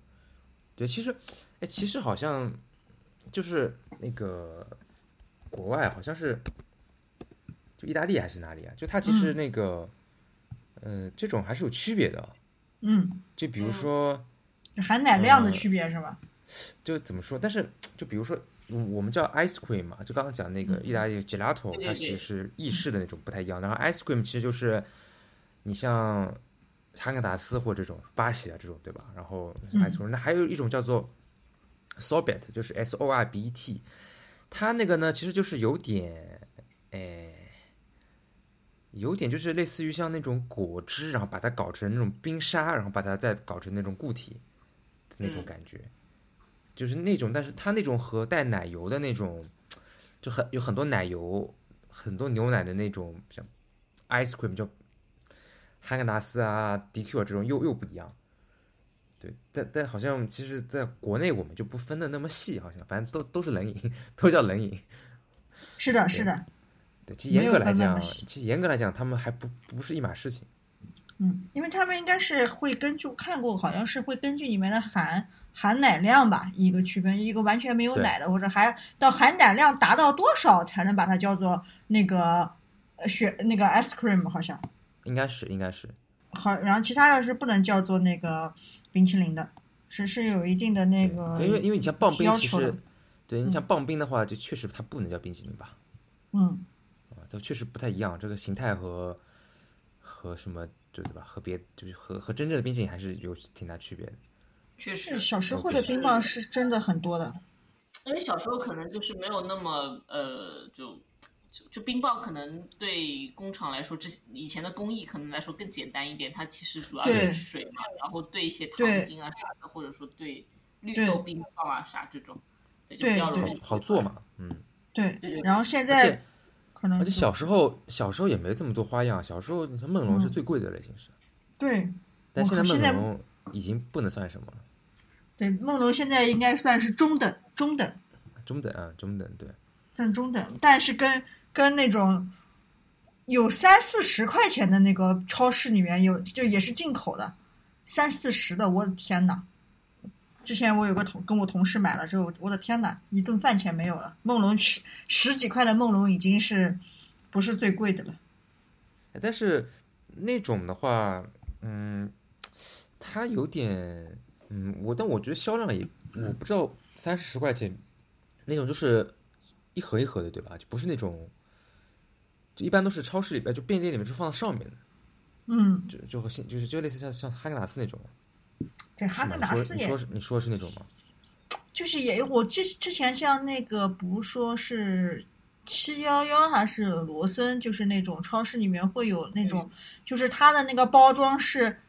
A: 对，其实哎，其实好像就是那个国外好像是就意大利还是哪里啊？就它其实那个、呃这种还是有区别的，
B: 嗯，
A: 就比如
C: 嗯
A: 说。
B: 含奶量
A: 嗯
B: 的区别是吧？
A: 就怎么说？但是就比如说，嗯我们叫 ice cream 嘛，就刚刚讲那个意大利 gelato，
C: 嗯对对
A: 它
C: 对
A: 其实是意式的那种不太一样。然后 ice cream 其实就是你像哈根达斯或这种巴西啊这种对吧？然后
B: 嗯
A: ice cream，、那还有一种叫做 sorbet，就是 s o r b e t，它那个呢其实就是有点诶。有点就是类似于像那种果汁，然后把它搞成那种冰沙，然后把它再搞成那种固体的那种
C: 嗯
A: 感觉，就是那种，但是它那种和带奶油的那种，就很有很多奶油、很多牛奶的那种，像 ice cream 就哈根达斯啊、DQ 啊这种又又不一样。对，但但好像其实在国内我们就不分的那么细，好像反正都都是冷饮，都叫冷饮。
B: 是的，是的。
A: 对，其实严格来
B: 没有分那
A: 讲，
B: 么细
A: 其实严格来讲，他们还不不是一码事情。
B: 嗯，因为他们应该是会根据看过，好像是会根据里面的含含奶量吧，一个区分，一个完全没有
A: 对
B: 奶的，或者含到含奶量达到多少才能把它叫做那个呃雪那个 ice cream 好像
A: 应该是，应该是，
B: 好，然后其他的是不能叫做那个冰淇淋的，是是有一定的那
A: 对
B: 个，
A: 因为因为你像棒冰，
B: 要
A: 其
B: 求
A: 实
B: 的，
A: 对你像
B: 嗯
A: 棒冰的话，就确实它不能叫冰淇淋吧，
B: 嗯
A: 啊，它确实不太一样，这个形态和和什么，就对吧？和别就是和和真正的冰淇淋还是有挺大区别的。
C: 确实，
B: 小
A: 嗯
B: 时候的冰棒是真的很多的，
C: 因为小时候可能就是没有那么呃，就就就冰棒可能对工厂来说，之以前的工艺可能来说更简单一点，它其实主要
B: 对
C: 是水嘛，然后兑一些糖
B: 对
C: 精啊啥的，或者说兑绿
B: 对
C: 豆冰棒啊啥这种，对，就
B: 对
C: 比较
B: 对
C: 容易
A: 好做嘛，嗯。
B: 对嗯
C: 对对。
B: 然后现
A: 而
B: 在
A: 且
B: 可能
A: 而且
B: 就
A: 小时候小时候也没这么多花样，小时候你像梦龙是
B: 嗯
A: 最贵的了，已经是，
B: 对
A: 但
B: 我
A: 现在
B: 靠现在
A: 梦龙已经不能算什么了，
B: 对，梦龙现在应该算是中等中等。
A: 中等啊，中等，对，
B: 算中等，但是跟跟那种有三四十块钱的那个超市里面有，就也是进口的，三四十的，我的天呐！之前我有个同跟我同事买了之后，我的天呐，一顿饭钱没有了。梦龙十十几块的梦龙已经是不是最贵的了？
A: 哎但是那种的话，嗯，它有点，嗯，我但我觉得销量也，我不知道三十块钱那种就是一盒一盒的，对吧？就不是那种，就一般都是超市里呃边就便利店里面是放在上面的，
B: 嗯，
A: 就就和新就是就类似像像哈根达斯那种，
B: 对，哈
A: 是吗
B: 根达斯
A: 你
B: 也
A: 说你说是你说是那种 吗？
B: 就是也我之之前像那个，不说是七幺幺还是罗森，就是那种超市里面会有那种，就是它的那个包装是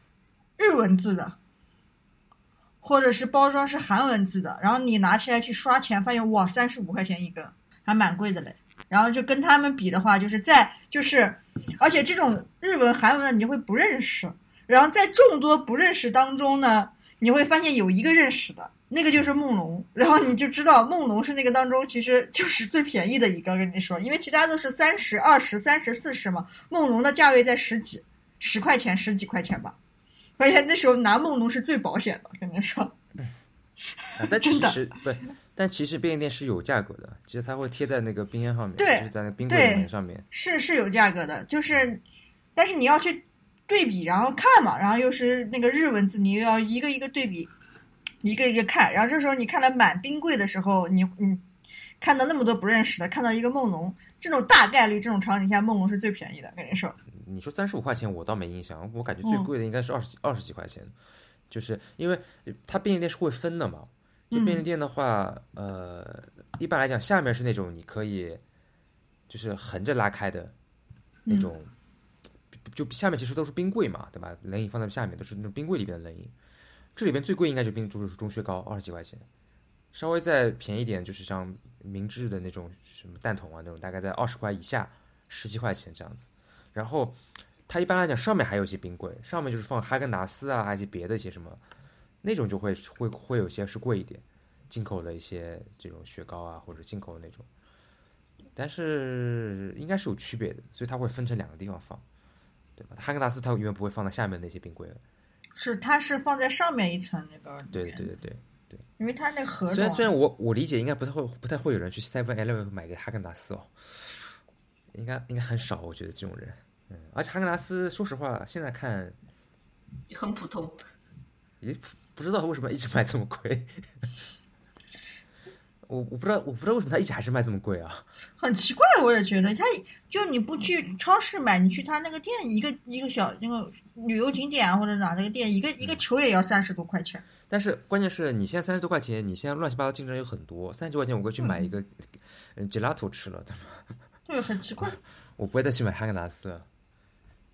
B: 日文字的，或者是包装是韩文字的，然后你拿起来去刷钱，发现哇，三十五块钱一根，还蛮贵的嘞。然后就跟他们比的话，就是在就是，而且这种日文、韩文的你会不认识，然后在众多不认识当中呢，你会发现有一个认识的，那个就是梦龙，然后你就知道梦龙是那个当中其实就是最便宜的一个。跟你说，因为其他都是三十、二十、三十、四十嘛，梦龙的价位在十几，十块钱、十几块钱吧。而且那时候拿梦龙是最保险的，跟您说。
A: 啊但其
B: 真的
A: 实不，但其实便利店是有价格的，其实它会贴在那个冰箱上面，
B: 对
A: 就是在那个冰柜里
B: 对
A: 面上面。
B: 是是有价格的，就是，但是你要去对比，然后看嘛，然后又是那个日文字，你又要一个一个对比，一个一个看，然后这时候你看了满冰柜的时候，你你看到那么多不认识的，看到一个梦龙，这种大概率这种场景下梦龙是最便宜的，跟你说，
A: 你说三十五块钱，我倒没印象，我感觉最
B: 嗯
A: 贵的应该是二十二十几块钱，就是因为呃它便利店是会分的嘛。就
B: 嗯
A: 便利店的话，呃，一般来讲，下面是那种你可以就是横着拉开的那
B: 嗯
A: 种，就就下面其实都是冰柜嘛，对吧？冷饮放在下面都是那种冰柜里边的冷饮，这里边最贵应该就冰就是钟薛高二十几块钱，稍微再便宜一点就是像明治的那种什么蛋筒啊那种，大概在二十块以下，十几块钱这样子。然后它一般来讲上面还有一些冰柜，上面就是放哈根达斯啊，还有一些别的一些什么，那种就会会会有些是贵一点，进口的一些这种雪糕啊或者进口的那种，但是应该是有区别的，所以它会分成两个地方放，对吧？哈根达斯它永远不会放在下面那些冰柜的，
B: 是它是放在上面一层那个，
A: 对对，对对。
B: 因为它那盒
A: 虽然虽
B: 装啊
A: 然我我理解应该不太会不太会有人去 Seven Eleven 买个哈根达斯哦，应该应该很少，我觉得这种人。嗯，而且哈根达斯，说实话，现在看
C: 很普通。
A: 嗯也不不知道为什么一直卖这么贵。我我不知道我不知道为什么它一直还是卖这么贵啊。
B: 很奇怪，我也觉得它就你不去超市买，你去它那个店一个一个小那个旅游景点啊或者哪那个店，一个一个球也要三十多块钱。
A: 但是关键是你现在三十多块钱，你现在乱七八糟竞争有很多，三十多块钱我过去买一个嗯 gelato 吃了，对 吧？
B: 对，很奇怪。
A: 我不会再去买哈根达斯了。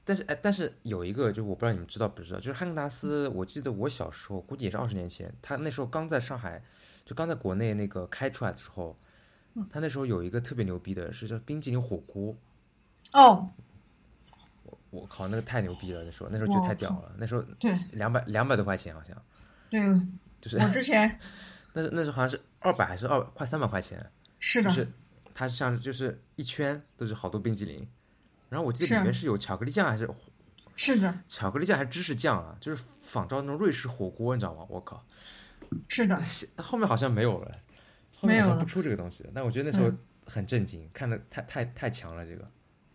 A: 但是哎，但是有一个，就我不知道你们知道不知道，就是哈根达斯，我记得我小时候，估计也是二十年前，他那时候刚在上海，就刚在国内那个开出来的时候，他那时候有一个特别牛逼的，是叫冰激凌火锅。
B: 哦，
A: 我靠，那个太牛逼了！那时候那时候觉得太屌了，那时候
B: 对
A: 两百两百多块钱好像，
B: 对，
A: 就是
B: 我之前
A: 那时候那时候好像是二百还是二快三百块钱，
B: 是
A: 就
B: 的，
A: 是它是像就是一圈都是好多冰激凌，然后我
B: 啊
A: 记得里面是有巧克力酱还是
B: 是的，
A: 巧克力酱还是芝士酱啊，就是仿照那种瑞士火锅，你知道吗？我靠，
B: 是的，
A: 现后面好像没有了，后面好
B: 没有
A: 像
B: 了
A: 不出这个东西了。但我觉得那时候很震惊，看的太太太强了这个。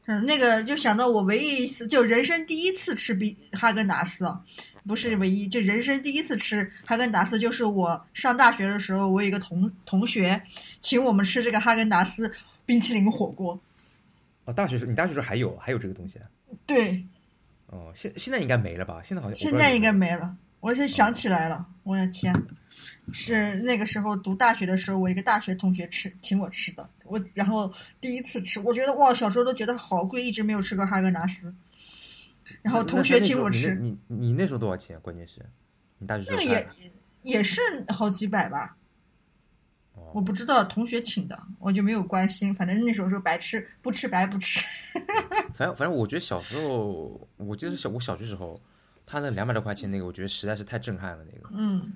B: 嗯，那个就想到我唯一一次，就人生第一次吃冰哈根达斯啊，不是唯一，就人生第一次吃哈根达斯，就是我上大学的时候，我有一个同同学请我们吃这个哈根达斯冰淇淋火锅，
A: 哦，大学时候你大学时候还有还有这个东西啊？
B: 对，
A: 哦，现现在应该没了吧？现在好像
B: 现在应该
A: 没。
B: 没了。我是想起来了，我的天，是那个时候读大学的时候，我一个大学同学吃请我吃的，我然后第一次吃，我觉得哇，小时候都觉得好贵，一直没有吃过哈根达斯。然后
A: 那
B: 同
A: 那
B: 学
A: 那时
B: 请
A: 候
B: 我
A: 你那
B: 吃，
A: 你你那时候多少钱？关键是，你大学时
B: 那
A: 候
B: 个
A: 大
B: 也也是好几百吧，
A: 哦
B: 我不知道同学请的，我就没有关心，反正那时候说白吃，不吃白不吃。
A: 反正反正我觉得小时候，我记得是小我小学时候，他那两百多块钱那个，我觉得实在是太震撼了那个，
B: 嗯，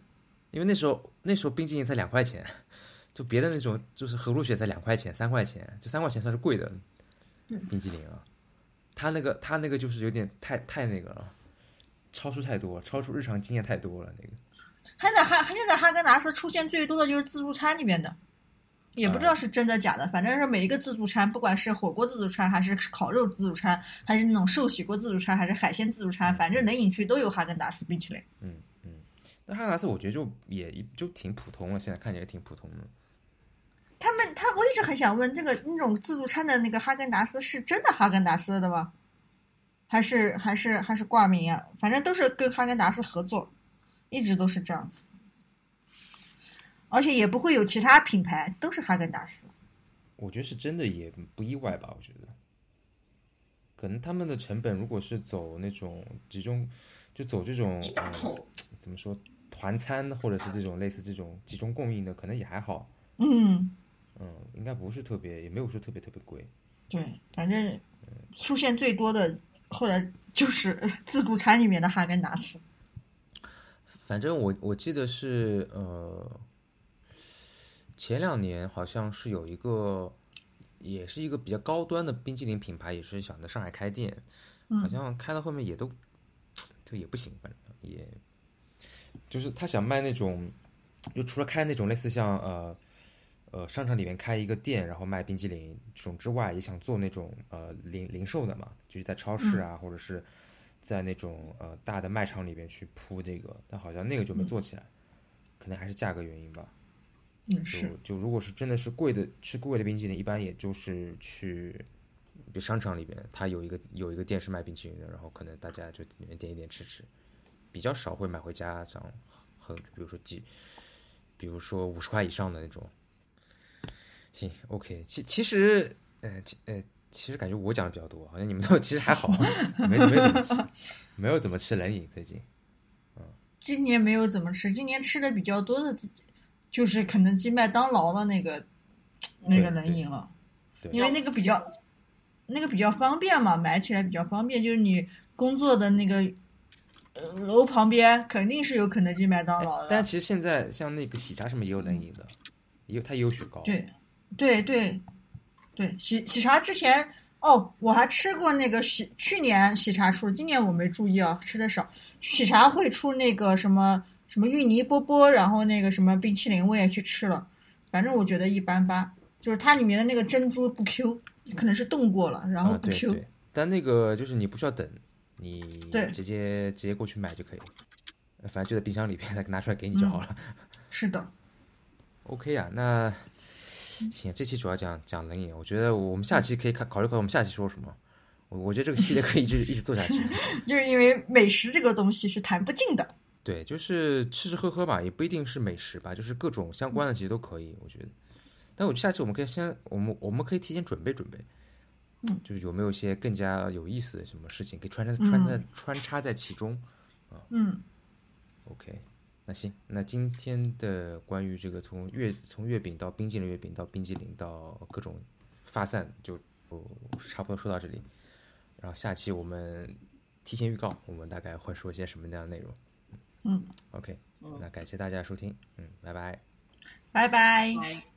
A: 因为那时候那时候冰激凌才两块钱，就别的那种就是和路雪才两块钱三块钱，就三块钱算是贵的
B: 嗯
A: 冰激凌啊，他那个他那个就是有点太太那个了，超出太多，超出日常经验太多了那个。
B: 还在哈现在哈根达斯出现最多的就是自助餐里面的，也不知道是真的假的，反正是每一个自助餐，不管是火锅自助餐，还是烤肉自助餐，还是那种寿喜锅自助餐，还是海鲜自助餐，反正冷饮区都有哈根达斯冰淇淋。
A: 嗯，嗯，那哈根达斯我觉得就也就挺普通了，现在看起来也挺普通的。
B: 他们他我一直很想问，这个那种自助餐的那个哈根达斯是真的哈根达斯的吗？还是还是还是挂名啊？反正都是跟哈根达斯合作，一直都是这样子，而且也不会有其他品牌，都是哈根达斯。
A: 我觉得是真的也不意外吧，我觉得，可能他们的成本如果是走那种集中，就走这种
C: 一大
A: 呃
C: 桶，
A: 怎么说团餐或者是这种类似这种集中供应的，可能也还好，
B: 嗯，
A: 嗯，应该不是特别，也没有说特别特别贵。
B: 对，反正出现最多的后来就是 自助餐里面的哈根达斯。
A: 反正我我记得是呃，前两年好像是有一个，也是一个比较高端的冰激凌品牌，也是想在上海开店，好像开到后面也都就也不行，反正也就是他想卖那种，就除了开那种类似像呃呃商场里面开一个店，然后卖冰激凌这种之外，也想做那种呃零零售的嘛，就是在超市啊，或者是在那种呃大的卖场里边去铺这个，但好像那个就没做起来，可能还是价格原因吧。
B: 嗯，
A: 就是就如果是真的是贵的，吃贵的冰淇淋，一般也就是去，比如商场里边，它有一个有一个店是卖冰淇淋的，然后可能大家就里面点一点吃吃，比较少会买回家这样很，比如说几，比如说五十块以上的那种。行，OK，其其实，呃，其呃，其实感觉我讲的比较多，好像你们都其实还好，没没怎么吃，没有怎么吃冷饮最近。
B: 今年没有怎么吃，今年吃的比较多的就是肯德基、麦当劳的那个那个冷饮了，
A: 对
B: 因为那个比较那个比较方便嘛，买起来比较方便，就是你工作的那个呃楼旁边肯定是有肯德基、麦当劳的。
A: 但其实现在像那个喜茶什么也有冷饮的，也有它也有雪糕。
B: 对，对对对，喜喜茶之前哦，我还吃过那个喜，去年喜茶出，今年我没注意啊，吃的少。喜茶会出那个什么什么芋泥波波，然后那个什么冰淇淋，我也去吃了，反正我觉得一般般，就是它里面的那个珍珠不 Q，可能是冻过了，然后
A: 啊，
B: 不
A: 对
B: Q，、
A: 对，但那个就是你不需要等，你
B: 对
A: 直接直接过去买就可以了，呃反正就在冰箱里边，再拿出来给你就好
B: 嗯
A: 了。
B: 是的，
A: OK 啊，那
B: 嗯
A: 行，这期主要讲讲冷饮，我觉得我们下期可以考考虑考虑我们下期说什么。我我觉得这个系列可 以一直一直做下去。
B: 就是因为美食这个东西是谈不尽的，
A: 对，就是吃吃喝喝嘛，也不一定是美食吧，就是各种相关的其实都可以，我觉得。但我觉得下期我们可以先，我们我们可以提前准备准备，
B: 嗯，
A: 就是有没有一些更加有意思的什么事情可以穿插穿插
B: 嗯
A: 穿插在其中。
B: 嗯
A: OK，那行，那今天的关于这个从月从月饼到冰激凌月饼到冰激凌到各种发散就就差不多说到这里，然后下期我们提前预告，我们大概会说一些什么样的内容。
B: 嗯，
A: OK，
C: 嗯
A: 那感谢大家的收听，嗯，拜拜。
B: 拜拜。
C: 拜。